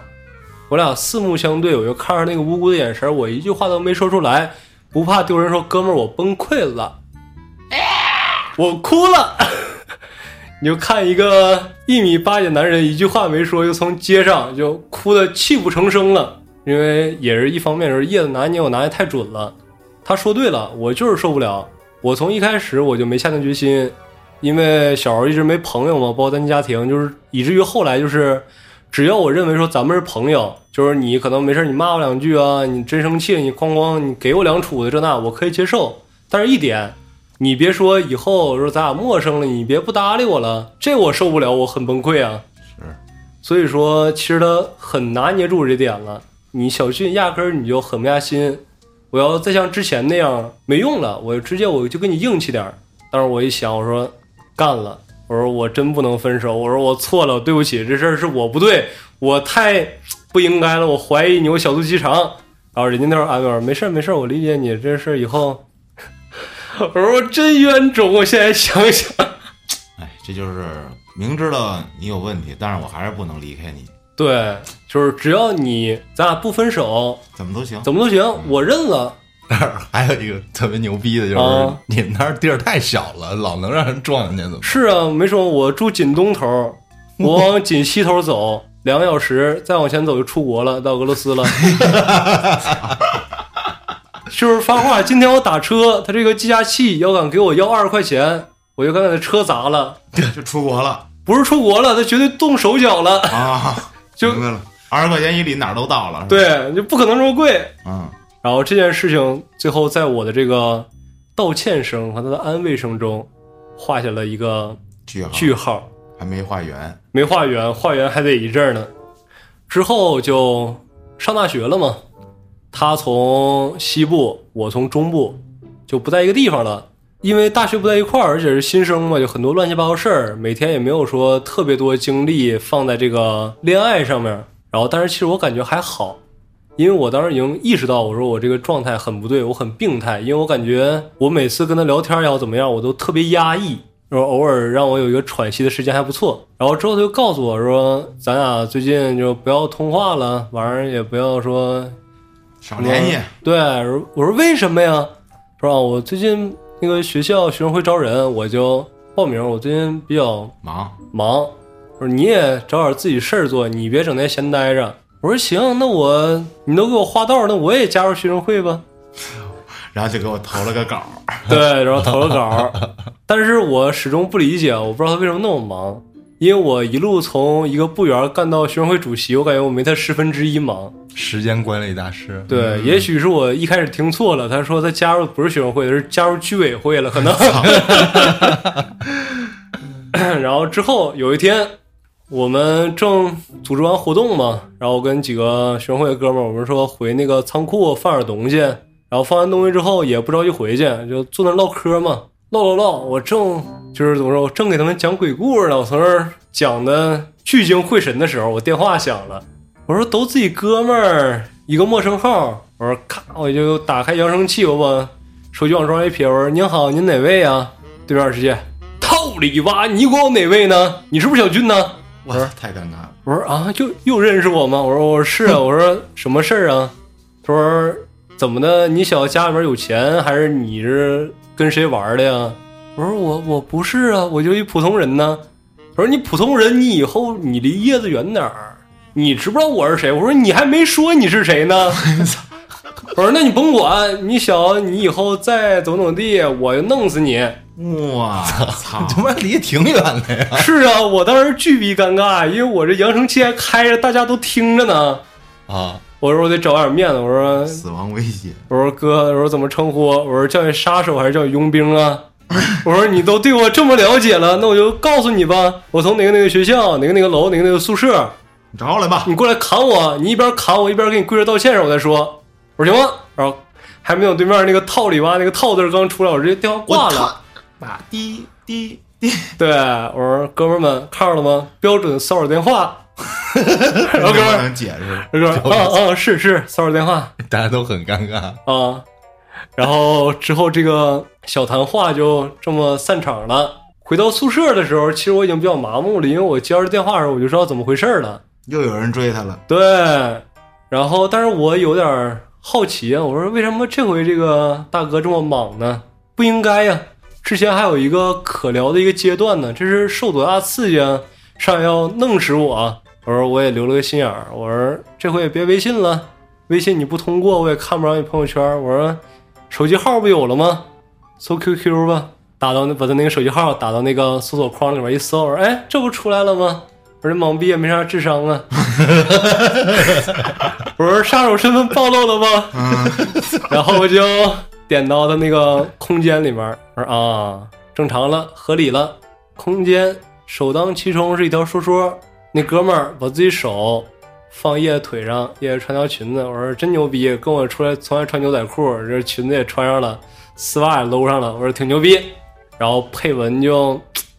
A: 我俩四目相对，我就看着那个无辜的眼神，我一句话都没说出来，不怕丢人说，哥们儿，我崩溃了，我哭了。 你就看一个一米八几的男人，一句话没说，就从街上就哭得泣不成声了。因为也是一方面是叶子拿捏我拿捏太准了，他说对了，我就是受不了。我从一开始我就没下定决心，因为小时候一直没朋友嘛，包括单亲家庭，就是以至于后来就是，只要我认为说咱们是朋友，就是你可能没事儿你骂我两句啊，你真生气了你哐哐你给我两杵子这那我可以接受，但是一点，你别说以后说咱俩陌生了，你别不搭理我了，这我受不了，我很崩溃啊。
B: 是，
A: 所以说其实他很拿捏住这点了，你小俊压根儿你就狠不下心，我要再像之前那样没用了，我直接我就跟你硬气点儿。但是我一想，我说干了，我说我真不能分手，我说我错了，对不起，这事儿是我不对，我太不应该了，我怀疑你有小肚鸡肠。然后人家那边安慰我，没事儿没事儿，我理解你，这事儿以后。我说我真冤种，我现在想想，
C: 哎，这就是明知道你有问题，但是我还是不能离开你，
A: 对，就是只要你咱俩不分手，
C: 怎么都行。
A: 怎么都行，我认了。
B: 那儿还有一个特别牛逼的，就是、
A: 啊
B: 你们那儿地儿太小了，老能让人撞见，怎么？
A: 是啊，没说我住锦东头儿，我往锦西头走两个小时，再往前走就出国了，到俄罗斯了。 就是发话，今天我打车，他这个计价器要敢给我要二十块钱，我就敢给他车砸了。
C: 就出国了
A: 不是出国了，他绝对动手脚了。
C: 啊！
A: 就
C: 明白了，二十块钱一里哪儿都到了。是吧，
A: 对，就不可能这么贵。
C: 嗯，
A: 然后这件事情最后在我的这个道歉声和他的安慰声中，画下了一个
C: 句号
A: 句号。
C: 还没画圆，
A: 没化缘，化缘还得一阵儿呢。之后就上大学了嘛，他从西部，我从中部，就不在一个地方了。因为大学不在一块儿，而且是新生嘛，就很多乱七八糟事儿，每天也没有说特别多精力放在这个恋爱上面。然后，但是其实我感觉还好，因为我当时已经意识到，我说我这个状态很不对，我很病态，因为我感觉我每次跟他聊天也好啊怎么样，我都特别压抑，然后偶尔啊哎让我有一个喘息的时间还不错。然后之后他就告诉我说，咱俩最近就不要通话了，晚上也不要说嗯
C: 少联系。
A: 对，我说为什么呀？说啊，我最近那个学校学生会招人，我就报名。我最近比较
C: 忙，
A: 忙，我说你也找点自己事儿做，你别整天闲待着。我说行，那我你都给我画道，那我也加入学生会吧。
C: 然后就给我投了个稿。
A: 对，然后投了稿，但是我始终不理解，我不知道他为什么那么忙，因为我一路从一个部员干到学生会主席，我感觉我没他十分之一忙。
B: 时间管理大师，
A: 对，也许是我一开始听错了，他说他加入不是学生会，是加入居委会了，可能。 然后之后有一天，我们正组织完活动嘛，然后我跟几个学生会的哥们儿，我们说回那个仓库放点东西，然后放完东西之后也不着急回去，就坐那儿唠嗑嘛，唠唠唠。我正就是怎么说，我正给他们讲鬼故事呢，我从那儿讲的聚精会神的时候，我电话响了，我说都自己哥们儿，一个陌生号，我说咔，我就打开扬声器，我把手机往桌上一撇，我说您好，您哪位啊？对面直接，套里哇，你管我哪位呢？你是不是小俊呢？
B: 我说太尴尬了，
A: 我说啊，又又认识我吗？我说我说是啊，我说什么事儿啊？他说怎么的？你小家里边有钱，还是你是跟谁玩的呀？我说我我不是啊，我就一普通人呢。他说你普通人，你以后你离叶子远点儿。你知不知道我是谁？我说你还没说你是谁呢。我说那你甭管，你想你以后再怎么怎么地，我就弄死你。
C: 啊
B: 哇，
C: 操
B: 他妈离挺远的呀！
A: 是啊，我当时巨逼尴尬，因为我这扬声器还开着，大家都听着呢。
B: 啊，
A: 我说我得找点面子，我说
B: 死亡威胁，
A: 我说哥，我说怎么称呼？啊我说叫你杀手还是叫你佣兵啊？我说你都对我这么了解了，那我就告诉你吧，我从哪个哪个学校，哪个哪个楼，哪个哪个宿舍，
B: 你找我来吧。
A: 你过来砍我，你一边砍我一边给你跪着道歉，然后我再说，我说行吗？然后还没有对面那个套里哇那个套字儿刚出来，我直接电话挂了。
B: 他妈，滴滴 滴，
A: 对，我说哥们儿们看着了吗？标准骚扰电话。然后哥们儿，
B: 能解释，
A: 哥们儿，嗯嗯是是骚扰电话。
B: 大家都很尴尬。
A: 啊，然后之后这个小谈话就这么散场了。回到宿舍的时候，其实我已经比较麻木了，因为我接到这电话的时候我就知道怎么回事儿了。
B: 又有人追他了，
A: 对，然后但是我有点儿好奇啊，我说为什么这回这个大哥这么莽呢？不应该呀、之前还有一个可聊的一个阶段呢，这是受多大刺激啊，上来要弄死我啊！我说我也留了个心眼儿，我说这回也别微信了，微信你不通过我也看不着你朋友圈儿。我说手机号不有了吗？搜 QQ 吧，打到那把他那个手机号打到那个搜索框里面一搜，我说哎，这不出来了吗？我说这懵逼也没啥智商啊。我说杀手身份暴露了吗？然后我就点到他那个空间里面儿，我说啊，正常了，合理了。空间首当其冲是一条说说，那哥们儿把自己手放叶腿上，叶穿条裙子，我说真牛逼，跟我出来从来穿牛仔裤，这裙子也穿上了，丝袜也搂上了，我说挺牛逼。然后配文就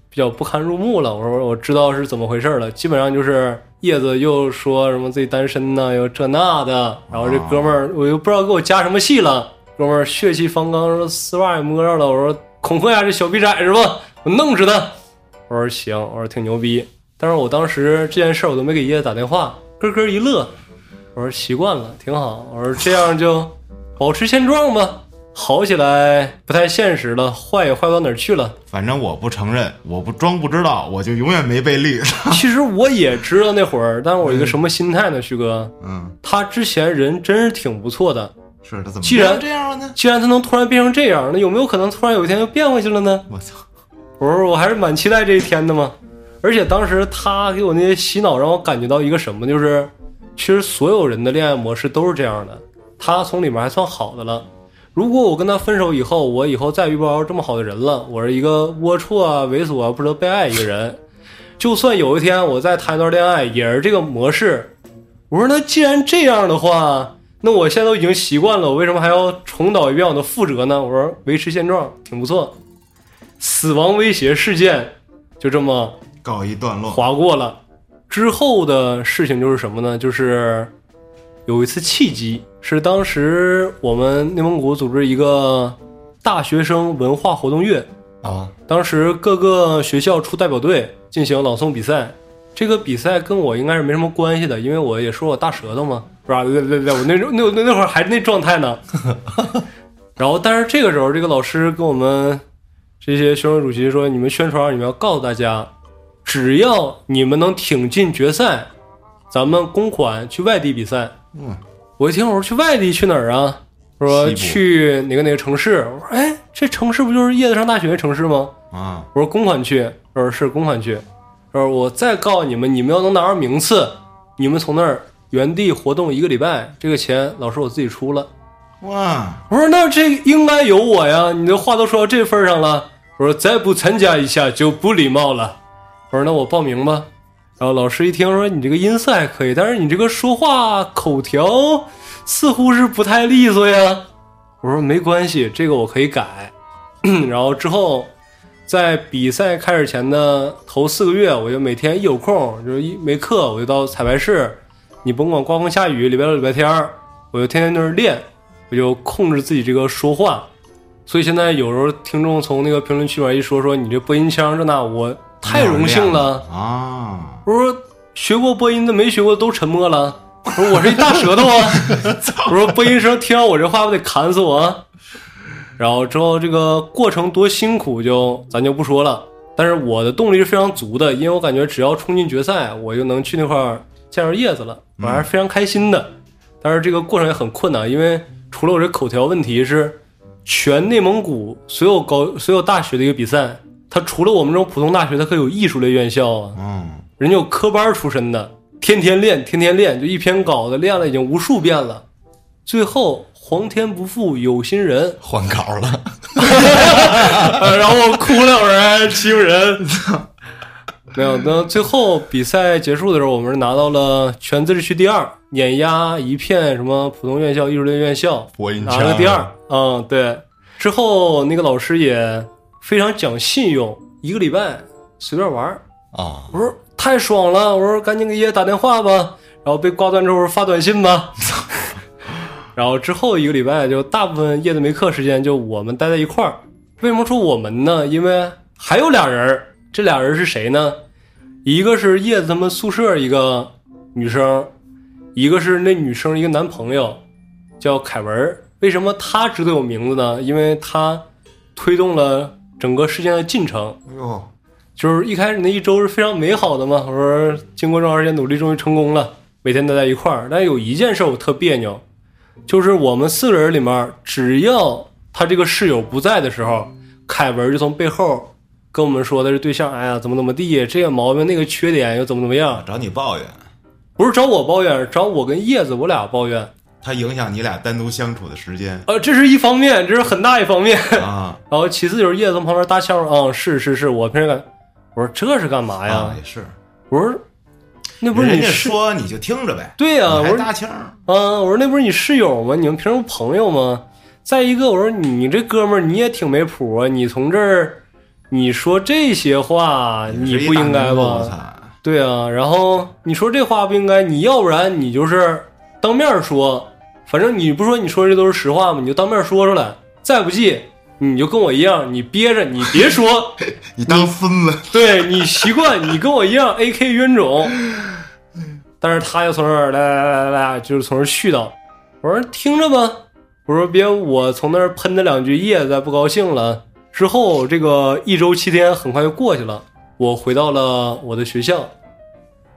A: 比较不堪入目了，我说我知道是怎么回事了，基本上就是叶子又说什么自己单身呢，又这那的，然后这哥们儿我又不知道给我加什么戏了，哥们儿血气方刚，说丝袜也摸着了，我说恐吓一下这小逼崽子吧，我弄死他。我说行，我说挺牛逼。但是我当时这件事儿我都没给叶子打电话，咯咯一乐，我说习惯了，挺好。我说这样就保持现状吧，好起来不太现实了，坏也坏不到哪儿去了。
B: 反正我不承认，我不装不知道，我就永远没被 绿。
A: 其实我也知道那会儿，但是我有一个什么心态呢，旭哥？
B: 嗯，
A: 他之前人真是挺不错的，
B: 是他怎么
A: 既然
B: 这样了呢？
A: 既然他能突然变成这样，那有没有可能突然有一天又变回去了呢？
B: 我操，
A: 我说我还是蛮期待这一天的嘛。而且当时他给我那些洗脑，让我感觉到一个什么，就是其实所有人的恋爱模式都是这样的。他从里面还算好的了。如果我跟他分手以后，我以后再遇不着这么好的人了，我是一个龌龊啊、猥琐啊、不值得被爱一个人。就算有一天我再谈一段恋爱，也是这个模式。我说那既然这样的话，那我现在都已经习惯了，我为什么还要重蹈一遍我的覆辙呢？我说维持现状挺不错。死亡威胁事件就这么
B: 告一段落。
A: 划过了。之后的事情就是什么呢？就是有一次契机，是当时我们内蒙古组织一个大学生文化活动月，
B: 啊，
A: 当时各个学校出代表队进行朗诵比赛。这个比赛跟我应该是没什么关系的，因为我也说我大舌头嘛，是吧？对对对，我那时候那那那会儿还那状态 呢。然后，但是这个时候，这个老师跟我们这些学生主席说：“你们宣传，你们要告诉大家，只要你们能挺进决赛，咱们公款去外地比赛。”
B: 嗯，
A: 我一听，我说去外地去哪儿啊？我说
B: 西部
A: 去哪个哪个城市？我说哎，这城市不就是叶子上大学的城市吗？
B: 啊，
A: 我说公款去，他说是公款去，他说我再告诉你们，你们要能拿到名次，你们从那儿原地活动一个礼拜，这个钱老师我自己出了。
B: 哇，
A: 我说那这应该有我呀，你的话都说到这份儿上了，我说再不参加一下就不礼貌了。我说那我报名吧。然后老师一听说你这个音色还可以，但是你这个说话口条似乎是不太利 索呀。我说没关系，这个我可以改。然后之后在比赛开始前的头四个月，我就每天一有空，就是一没课，我就到彩排室，你甭管刮风下雨，礼拜六礼拜天儿，我就天天在那儿练，我就控制自己这个说话。所以现在有时候听众从那个评论区里面一说说你这播音腔这那，我太荣幸了。
C: 啊！
A: 我说学过播音的没学过都沉默了。我说我是一大舌头啊！我说播音生听到我这话不得砍死我啊！然后之后这个过程多辛苦就咱就不说了，但是我的动力是非常足的，因为我感觉只要冲进决赛，我就能去那块儿见着叶子了，我还是非常开心的。但是这个过程也很困难，因为除了我这口条问题是全内蒙古所有高所有大学的一个比赛，它除了我们这种普通大学，它可有艺术类院校啊，
C: 嗯，
A: 人家有科班出身的，天天练，天天练，就一篇稿子练了已经无数遍了，最后皇天不负有心人，
B: 换稿了，
A: 呃然后我哭了，我说哎欺负人。 没有，那最后比赛结束的时候，我们是拿到了全自治区第二，碾压一片什么普通院校、艺术类院校，
B: 播音
A: 拿
B: 腔
A: 了第二。嗯，对。之后那个老师也非常讲信用，一个礼拜随便玩儿，
B: 啊，
A: 我说太爽了，我说赶紧给爷打电话吧，然后被挂断之后我说发短信吧， 然后之后一个礼拜就大部分叶子没课时间就我们待在一块儿。为什么说我们呢？因为还有俩人儿，这俩人是谁呢？一个是叶子他们宿舍一个女生，一个是那女生一个男朋友，叫凯文儿。为什么他值得有名字呢？因为他推动了整个事件的进程。
C: 哎呦，
A: 就是一开始那一周是非常美好的嘛。我说经过这么长时间努力，终于成功了，每天待在一块儿。但有一件事我特别扭，就是我们四个人里面，只要他这个室友不在的时候，凯文就从背后跟我们说他这对象，哎呀，怎么怎么地，这个毛病那个缺点又怎么怎么样，
C: 找你抱怨，
A: 不是找我抱怨，找我跟叶子我俩抱怨。
C: 他影响你俩单独相处的时间
A: 呃，这是一方面，这是很大一方面。
C: 啊
A: 然后其次就是叶子从旁边搭腔，嗯，是是是，我平时干，我说这是干哎嘛呀？
C: 啊，也是，
A: 我说那不是
C: 人
A: 你
C: 家
A: 室
C: 说哎你就听着呗，
A: 对呀、啊我
C: 你还
A: 说，
C: 搭腔儿，
A: 嗯，我说那不是你室友吗？你们平时不朋友吗？再一个，我说你这哥们儿你也挺没谱啊，你从这儿你说这些话，你
C: 是一
A: 不
C: 大
A: 应该
C: 名字我
A: 吧？
C: 操
A: 对啊，然后你说这话不应该，你要不然你就是当面说，反正你不说，你说这都是实话嘛，你就当面说出来。再不济，你就跟我一样，你憋着，你别说。
B: 你当孙子，
A: 对你习惯，你跟我一样 A K 冤种，但是他又从这儿来来来来来，就是从这儿絮叨。我说听着吧，我说别我从那儿喷他两句，叶子不高兴了。之后这个一周七天很快就过去了，我回到了我的学校。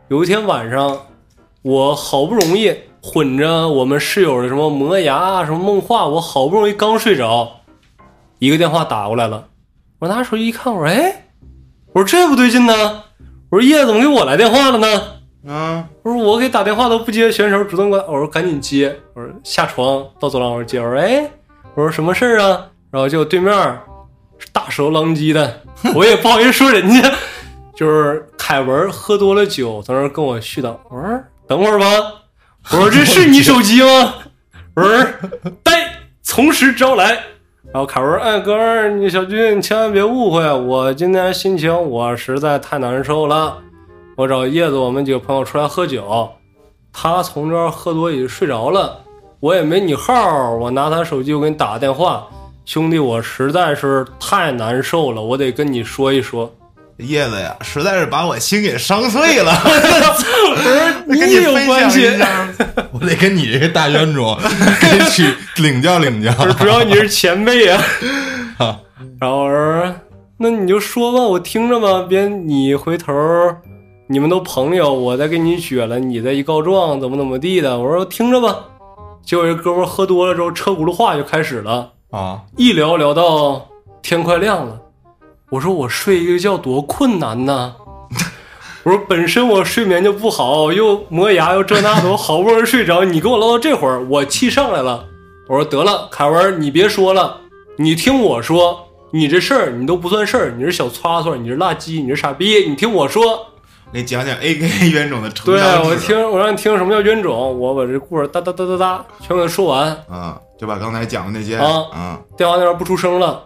A: 有一天晚上，我好不容易混着我们室友的什么磨牙啊、什么梦话，我好不容易刚睡着，一个电话打过来了。我拿手机一看，我说哎。我说这不对劲呢，我说叶怎么给我来电话了呢？
C: 嗯，
A: 我说我给打电话都不接，选手主动过来，我说赶紧接，我说下床到走廊我说接，我说哎，我说什么事儿啊？然后就对面是大手狼藉的，我也不好意思说人家，就是凯文喝多了酒，在那儿跟我絮叨，我说等会儿吧，我说这是你手机吗？我说呆，从实招来。然后凯文，哎哥们儿，你小军，你千万别误会，啊我今天心情我实在太难受了。我找叶子，我们几个朋友出来喝酒，他从这儿喝多已经睡着了，我也没你号儿，我拿他手机我给你打个电话，兄弟，我实在是太难受了，我得跟你说一说。
C: 叶子呀，实在是把我心给伤碎了，
A: 我说
C: 跟你
A: 也有
C: 分享
A: 关系，
C: 一下，
B: 我得跟你这个大冤种 给你去领教领教。
A: 不是主要你是前辈啊。 然后我说，那你就说吧，我听着吧，别你回头，你们都朋友，我再给你撅了，你再一告状，怎么怎么地的。我说听着吧。结果这哥们儿喝多了之后，车轱辘话就开始了，
B: 啊，
A: 一聊聊到天快亮了。我说我睡一个觉多困难呐。我说本身我睡眠就不好，又磨牙又这那的，我好不容易睡着，你给我唠到这会儿，我气上来了。我说得了，凯文，你别说了，你听我说，你这事儿你都不算事儿，你是小搓搓，你是垃圾，你是傻逼，你听我说。
C: 给你讲讲 A K 冤种的成
A: 对啊
C: 长，
A: 我听，我让你听什么叫冤种，我把这故事哒哒哒哒哒全给他说完。
C: 啊，就把刚才讲的那些
A: 啊
C: 啊，
A: 电话那边不出声了。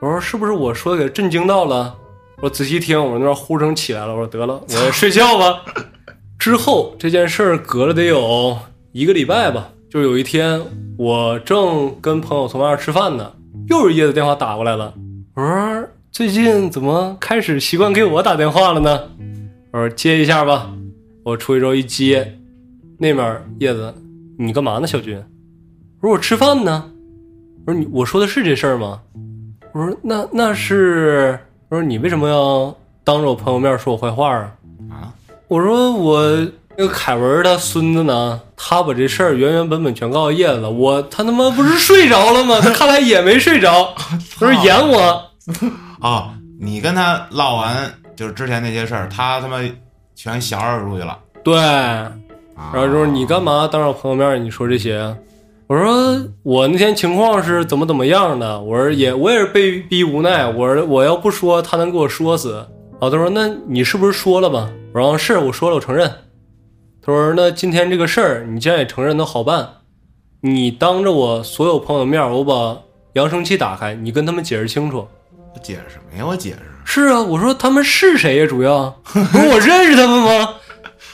A: 我说是不是我说给震惊到了？我仔细听，我那边呼声起来了。我说得了，我睡觉吧。之后这件事儿隔了得有一个礼拜吧，就有一天我正跟朋友从外面吃饭呢，又是叶子电话打过来了。我说啊最近怎么开始习惯给我打电话了呢？我说接一下吧。我出去之后一接，那面叶子，你干嘛呢，小军？我说我吃饭呢。我说你我说的是这事儿吗？我说那那是，我说你为什么要当着我朋友面说我坏话啊？
C: 啊，
A: 我说我那个凯文他孙子呢，他把这事儿原原本本全告诉叶子了。我他他妈不是睡着了吗？他看来也没睡着，他说演我。
C: 哦，你跟他唠完就是之前那些事儿，他他妈全小耳出去了。
A: 对，
C: 然
A: 然后就说你干嘛当着我朋友面你说这些？我说我那天情况是怎么怎么样的？我说也我也是被逼无奈。我说我要不说，他能给我说死。然后他说那你是不是说了吧？我说啊是，我说了，我承认。他说那今天这个事儿，你既然也承认，那好办。你当着我所有朋友面，我把扬声器打开，你跟他们解释清楚。
C: 我解释什么呀？我解释
A: 是啊，我说他们是谁呀、主要不是我认识他们吗？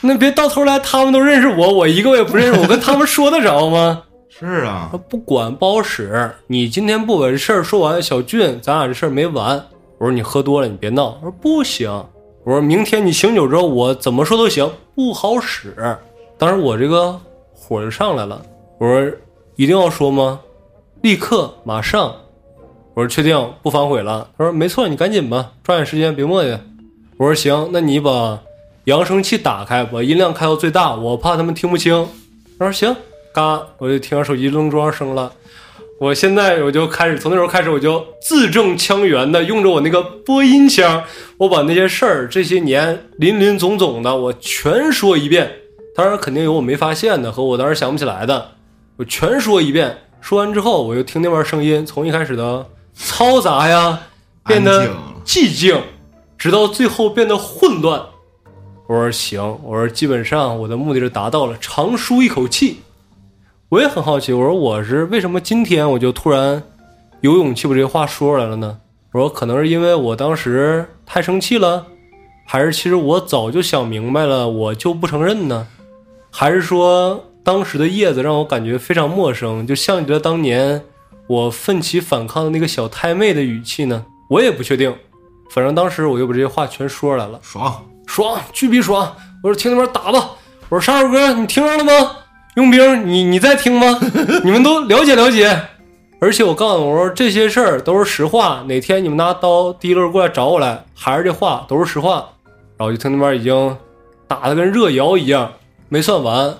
A: 那别到头来他们都认识我，我一个我也不认识，我跟他们说得着吗？
C: 是啊
A: 他，不管不好使，你今天不把这事儿说完，小俊，咱俩这事儿没完。我说你喝多了，你别闹。我说不行，我说明天你醒酒之后，我怎么说都行，不好使。当时我这个火就上来了，我说一定要说吗？立刻马上。我说确定不反悔了。他说没错，你赶紧吧，抓紧时间，别磨叽。我说行，那你把扬声器打开，把音量开到最大，我怕他们听不清。他说行，嘎，我就听着手机铃装声了。我现在我就开始，从那时候开始，我就字正腔圆的用着我那个播音腔，我把那些事儿这些年林林总总的我全说一遍。当然肯定有我没发现的和我当时想不起来的，我全说一遍。说完之后，我又听那边声音，从一开始的嘈杂呀，变得
B: 安静了
A: 寂静，直到最后变得混乱。我说行，我说基本上我的目的是达到了，长舒一口气。我也很好奇，我说我是为什么今天我就突然有勇气把这话说出来了呢？我说可能是因为我当时太生气了，还是其实我早就想明白了，我就不承认呢？还是说当时的叶子让我感觉非常陌生，就像极了当年我奋起反抗的那个小太妹的语气呢？我也不确定，反正当时我就把这些话全说出来了。
B: 爽，
A: 爽，巨逼爽！我说听那边打吧，我说沙树哥，你听着了吗？佣兵，你你在听吗？ 你们都了解了解。而且我告诉你，我说这些事儿都是实话，哪天你们拿刀提溜过来找我来，还是这话都是实话。然后就听那边已经打的跟热窑一样，没算完，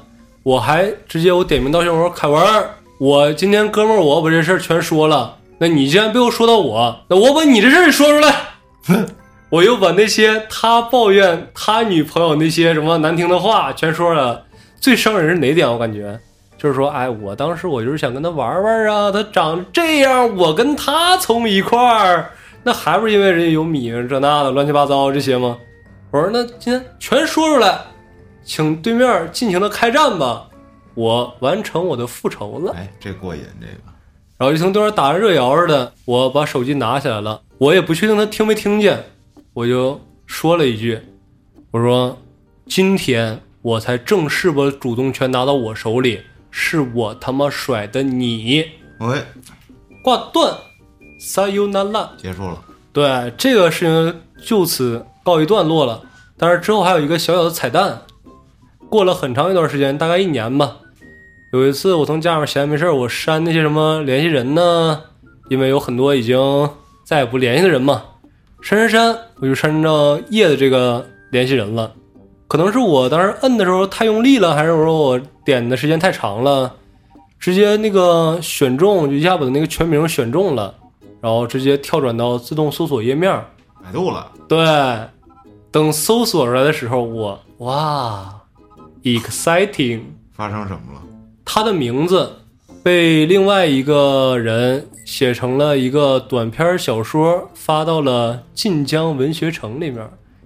A: 我还直接我点名道姓，我说凯文儿，我今天哥们儿我把这事儿全说了，那你既然被我说到我，那我把你这事儿也说出来。我又把那些他抱怨他女朋友那些什么难听的话全说了。最伤人是哪点？我感觉就是说，哎，我当时我就是想跟他玩玩啊，他长这样，我跟他从一块儿，那还不是因为人家有米这那的乱七八糟这些吗？我说那今天全说出来，请对面尽情的开战吧，我完成我的复仇了。
C: 哎，这过瘾，这个
A: 然后就从对面打着热窑似的，我把手机拿起来了，我也不确定他听没听见，我就说了一句：“我说，今天我才正式把主动权拿到我手里，是我他妈甩的你。
C: 喂，”
A: 挂断，撒尤那拉。
C: 结束了。
A: 对，这个事情就此告一段落了。但是之后还有一个小小的彩蛋，过了很长一段时间，大概一年吧。有一次我从家里面闲着没事儿，我删那些什么联系人呢，因为有很多已经再也不联系的人嘛，删删删，我就删到叶的这个联系人了。可能是我当时摁的时候太用力了，还是我说我点的时间太长了，直接那个选中就一下把那个全名选中了。然后直接跳转到自动搜索页面儿。
C: 百度了，
A: 对，等搜索出来的时候，我哇，exciting！
C: 发生什么了？
A: 他的名字被另外一个人写成了一个短篇小说，发到了晋江文学城里面，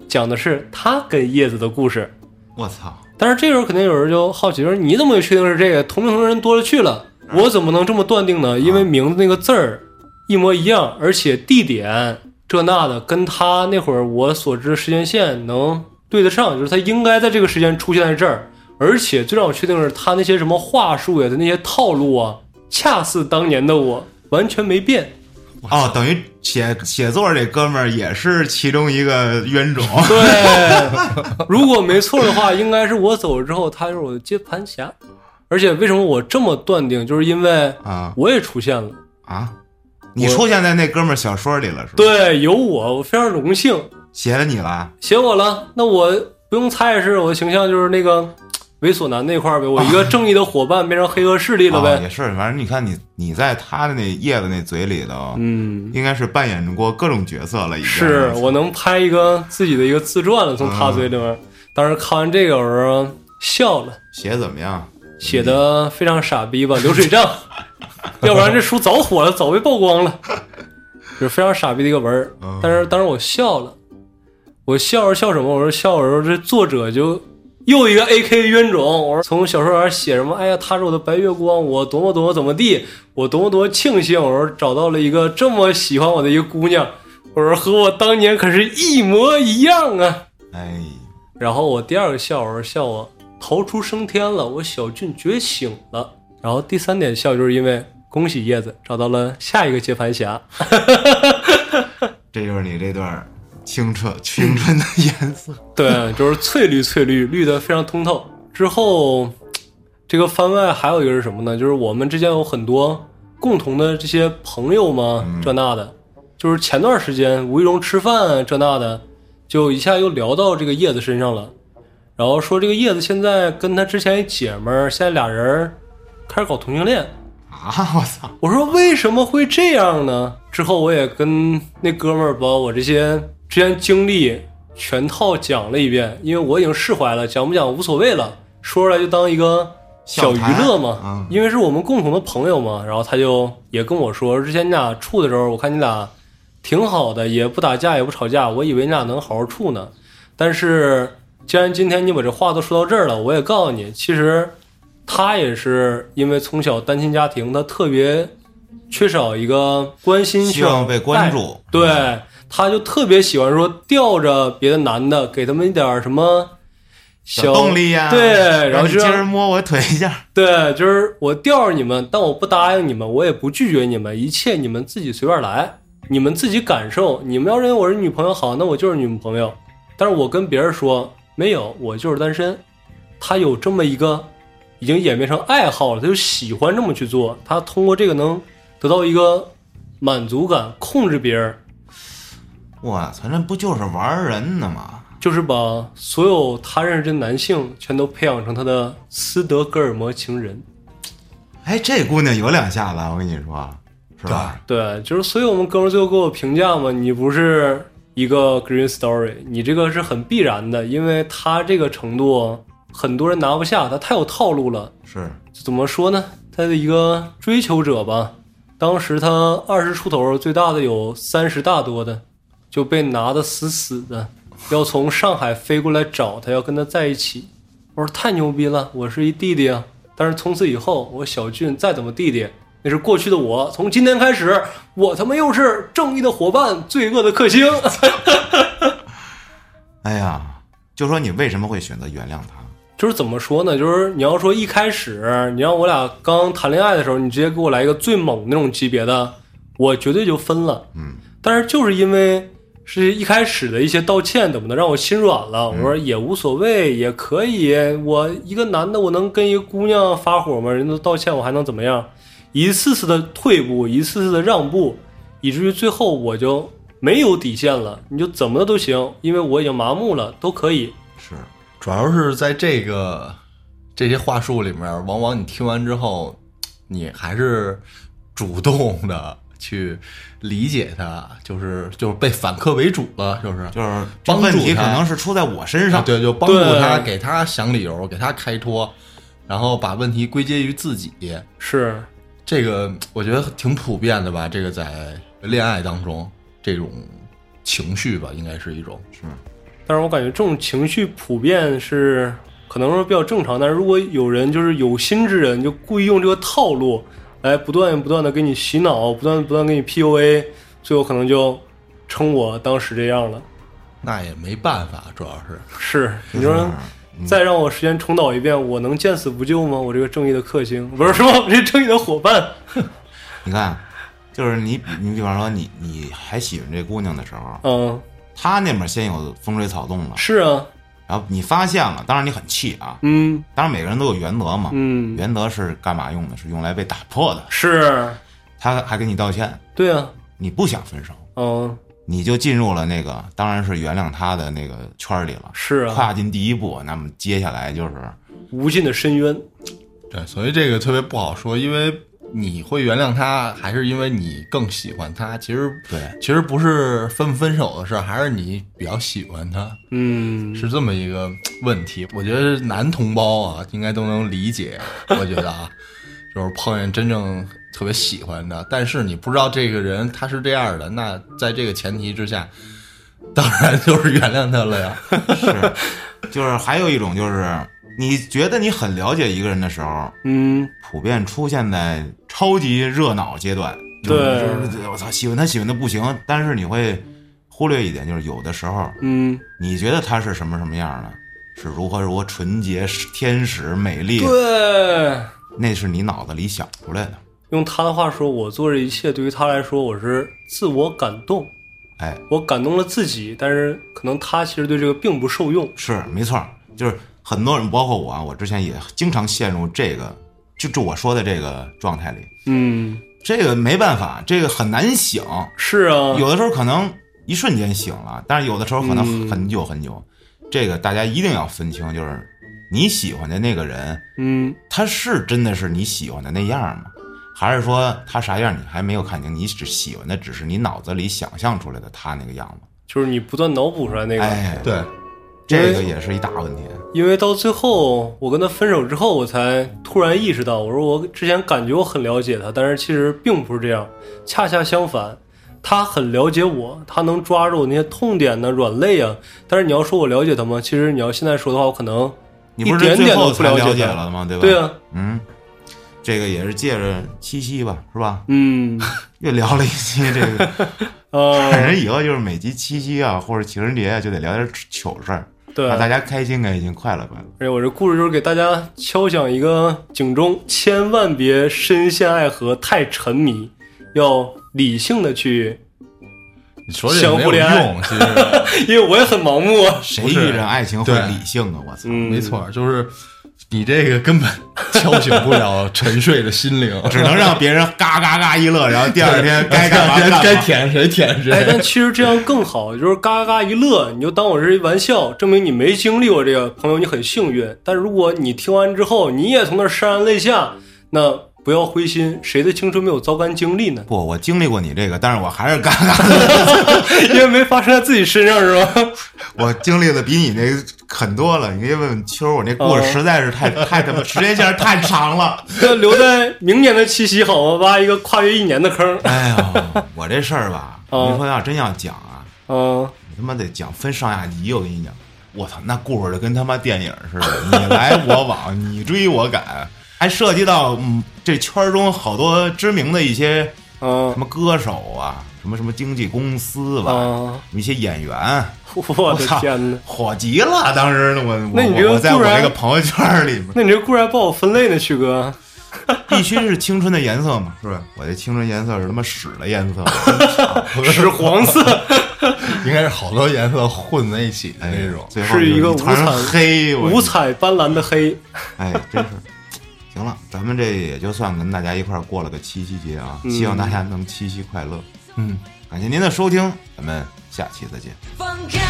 A: 讲的是他跟叶子的故事。
C: 我操！
A: 但是这时候肯定有人就好奇说：“你怎么就确定是这个？同名同人多了去了，我怎么能这么断定呢？因为名字那个字儿，一模一样，而且地点这那的跟他那会儿我所知的时间线能对得上，就是他应该在这个时间出现在这儿。而且最让我确定的是，他那些什么话术呀，他那些套路啊，恰似当年的我，完全没变。
C: 哦，等于写写作这哥们儿也是其中一个冤 种。
A: 对， 如果没错的话，应该是我走了之后，他就是我的接盘侠。而且为什么我这么断定，就是因为
C: 啊
A: 我也出现了。
C: 啊！你出现在那哥们儿小说里了是吧？，
A: 对，有我，我非常荣幸，
C: 写了你了。
A: 写我了。那我不用猜也是，我的形象就是那个猥琐男那块儿呗，我一个正义的伙伴变成黑恶势力了
C: 啊，
A: 呗。
C: 也是，反正你看你你在他的那叶子那嘴里头，
A: 嗯，
C: 应该是扮演过各种角色了，已经
A: 是我能拍一个自己的一个自传了，从他嘴里面。当时看完这个，我说笑了，
C: 写怎么样？
A: 写的非常傻逼吧，流水账，要不然这书早火了，早被曝光了，就是非常傻逼的一个文儿
C: 嗯。
A: 但是当时我笑了，我笑着笑什么？我说笑着说这作者就又一个 A K 冤种。我说从小说里写什么？哎呀，他是我的白月光，我多么多么怎么地，我多么多么庆幸，我说找到了一个这么喜欢我的一个姑娘，我说和我当年可是一模一样啊。
C: 哎，
A: 然后我第二个笑，我是笑我逃出升天了，我小俊觉醒了。然后第三点笑，就是因为恭喜叶子找到了下一个接盘侠。
C: 这就是你这段青春青春的颜色。
A: 对，就是翠绿翠绿，绿的非常通透。之后，这个番外还有一个是什么呢？就是我们之间有很多共同的这些朋友嘛，这那的。就是前段时间无意中吃饭啊这那的，就一下又聊到这个叶子身上了，然后说这个叶子现在跟她之前一姐们儿，现在俩人儿开始搞同性恋。
C: 啊！我操！
A: 我说为什么会这样呢？之后我也跟那哥们儿把我这些之前经历全套讲了一遍，因为我已经释怀了，讲不讲无所谓了，说出来就当一个小娱乐
C: 笑谈
A: 嘛
C: 嗯，
A: 因为是我们共同的朋友嘛。然后他就也跟我说，之前你俩处的时候，我看你俩挺好的，也不打架，也不吵架，我以为你俩能好好处呢。但是既然今天你把这话都说到这儿了，我也告诉你，其实他也是因为从小单亲家庭，他特别缺少一个关心，
C: 希望被关注
A: 对，他就特别喜欢说吊着别的男的，给他们一点儿什么
C: 小动力呀、
A: 对，然
C: 让
A: 后
C: 你
A: 就
C: 今
A: 让
C: 儿摸我腿一下，
A: 对，就是我吊着你们，但我不答应你们，我也不拒绝你们，一切你们自己随便来，你们自己感受。你们要认为我是女朋友好，那我就是女朋友。但是我跟别人说没有，我就是单身。他有这么一个，已经演变成爱好了，他就喜欢这么去做。他通过这个能得到一个满足感，控制别人，
C: 我操，那不就是玩人呢吗？
A: 就是把所有他认识的男性全都培养成他的斯德哥尔摩情人。
C: 哎，这姑娘有两下子，我跟你说，是吧？
A: 对，就是所以我们哥们儿最后给我评价嘛，你不是一个 green story，你这个是很必然的，因为他这个程度很多人拿不下，他太有套路了。
C: 是，
A: 怎么说呢？他的一个追求者吧，当时他二十出头，最大的有三十大多的，就被拿的死死的，要从上海飞过来找他，要跟他在一起。我说太牛逼了，我是一弟弟啊！但是从此以后，我小俊再怎么弟弟，那是过去的我。从今天开始，我他妈又是正义的伙伴，罪恶的克星。
C: 哎呀，就说你为什么会选择原谅他？
A: 就是怎么说呢？就是你要说一开始，你让我俩刚谈恋爱的时候，你直接给我来一个最猛那种级别的，我绝对就分了。
C: 嗯，
A: 但是就是因为是一开始的一些道歉怎么的，让我心软了。我说哎也无所谓，也可以。我一个男的，我能跟一个姑娘发火吗？人都道歉，我还能怎么样？一次次的退步，一次次的让步，以至于最后我就没有底线了。你就怎么的都行，因为我已经麻木了，都可以。
C: 是，
B: 主要是在这个这些话术里面，往往你听完之后，你还是主动的去理解他，就是就是被反客为主了，就是
C: 就是这
B: 帮助
C: 问题可
B: 他
C: 能是出在我身上。
B: 啊对，就帮助他，
A: 对
B: 给他想理由，给他开脱，然后把问题归结于自己。
A: 是，
B: 这个我觉得挺普遍的吧，这个在恋爱当中这种情绪吧，应该是一种
C: 是，
A: 但是我感觉这种情绪普遍是可能说比较正常，但是如果有人就是有心之人，就故意用这个套路来不断不断的给你洗脑，不断不断给你 PUA，最后可能就成我当时这样了。
B: 那也没办法，主要是
A: 是，你说再让我时间重蹈一遍，我能见死不救吗？我这个正义的克星不是什么，我这正义的伙伴，
C: 你看，就是你比，你比方说你你还喜欢这姑娘的时候，
A: 嗯，
C: 她那边先有风吹草动了，
A: 是啊，
C: 然后你发现了，当然你很气啊，
A: 嗯
C: 当然每个人都有原则嘛，
A: 嗯，
C: 原则是干嘛用的？是用来被打破的。
A: 是，
C: 她还给你道歉，
A: 对啊，
C: 你不想分手，
A: 嗯，
C: 你就进入了那个当然是原谅她的那个圈儿里了，
A: 是啊，
C: 跨进第一步，那么接下来就是
A: 无尽的深渊，
B: 对，所以这个特别不好说，因为你会原谅他，还是因为你更喜欢他？其实
C: 对，
B: 其实不是分不分手的事儿，还是你比较喜欢他，
A: 嗯，
B: 是这么一个问题。我觉得男同胞啊，应该都能理解。我觉得啊，就是碰见真正特别喜欢的，但是你不知道这个人他是这样的，那在这个前提之下，当然就是原谅他了呀。
C: 是，就是还有一种就是你觉得你很了解一个人的时候，
A: 嗯，
C: 普遍出现在超级热闹阶段。就
A: 对
C: 是就是我操，喜欢他喜欢的不行，但是你会忽略一点，就是有的时候
A: 嗯，
C: 你觉得他是什么什么样的，是如何如何纯洁、天使、美丽，
A: 对。
C: 那是你脑子里想出来的。
A: 用他的话说，我做这一切对于他来说，我是自我感动，
C: 哎，
A: 我感动了自己，但是可能他其实对这个并不受用。
C: 是没错儿，就是很多人，包括我啊，我之前也经常陷入这个，就就我说的这个状态里。
A: 嗯，
C: 这个没办法，这个很难醒，
A: 是啊，
C: 有的时候可能一瞬间醒了，但是有的时候可能
A: 嗯
C: 很久很久。这个大家一定要分清，就是你喜欢的那个人，
A: 嗯，
C: 他是真的是你喜欢的那样吗？还是说他啥样你还没有看清？你只喜欢的只是你脑子里想象出来的他那个样子。
A: 就是你不断脑补出来那个，
C: 哎，，
B: 对，
C: 这个也是一大问题。
A: 因为到最后我跟他分手之后，我才突然意识到，我说我之前感觉我很了解他，但是其实并不是这样，恰恰相反，他很了解我，他能抓住我那些痛点呢、软肋啊。但是你要说我了解他吗？其实你要现在说的话，我可能
C: 你不
A: 一
C: 是
A: 点
C: 最
A: 点都
C: 后
A: 不
C: 才
A: 解
C: 了解
A: 他
C: 了吗？对吧？
A: 对啊，
C: 嗯，这个也是借着七夕吧，是吧？
A: 嗯，
C: 又聊了一期这个。
A: 呃，
C: 反正以后就是每集七夕啊，或者情人节啊，就得聊点糗事儿，
A: 对，
C: 让大
A: 而
C: 家开心开心，快乐快乐。
A: 且我这故事就是给大家敲响一个警钟，千万别深陷爱河，太沉迷，要理性的去，
B: 你说这没有用，其实。
A: 因为我也很盲目啊。
C: 谁
B: 不
C: 遇
B: 是
C: 着爱情会
B: 对
C: 理性啊？我操！
A: 嗯，
B: 没，错，就是你这个根本敲醒不了沉睡的心 灵，
C: 只能让别人嘎嘎嘎一乐，然后第二天 该干嘛干嘛
B: 该舔谁舔
A: 哎，
B: 谁。
A: 但其实这样更好，就是嘎嘎嘎一乐，你就当我是一玩笑，证明你没经历过这个，朋友你很幸运。但如果你听完之后，你也从那儿潸然泪下，那不要灰心，谁的青春没有糟糠经 历呢？
C: 不，我经历过你这个，但是我还是嘎嘎，
A: 因为没发生在自己身上是吧？
C: 我经历的比你那狠多了。你可以问问秋儿，我那故事
A: 哦
C: 实在是太太他妈时间线儿太 长了。
A: 那留在明年的七夕好吗？挖一个跨越一年的坑。
C: 哎呦，我这事儿吧，
A: 哦
C: 你说要真要讲啊，
A: 嗯，
C: 你他妈得讲分上下集，我跟你讲，我操，那故事就跟他妈电影似的，你来我往，你追我赶，还涉及到嗯这圈儿中好多知名的一些
A: 嗯
C: 什么歌手啊，什么什么经纪公司吧，
A: 啊！
C: 一些演员，
A: 我的
C: 操
A: 天哪！
C: 火极了，当时我
A: 那
C: 我
A: 你这个
C: 我在
A: 突
C: 我
A: 然
C: 那个朋友圈里面，
A: 那你这故事还不好分类呢，旭哥。
C: 必须是青春的颜色嘛，是不是？我这青春颜色是他妈屎的颜色，
B: 哎
A: 屎黄色，
B: 应该是好多颜色混在一起的那种。
C: 哎最后
A: 是一个
C: 就团
A: 五彩
C: 黑，我
A: 五彩斑斓的黑。
C: 哎，真是。行了，咱们这也就算跟大家一块儿过了个七夕节啊，
A: 嗯
C: 希望大家能七夕快乐。
B: 嗯，
C: 感谢您的收听，咱们下期再见。
D: 放开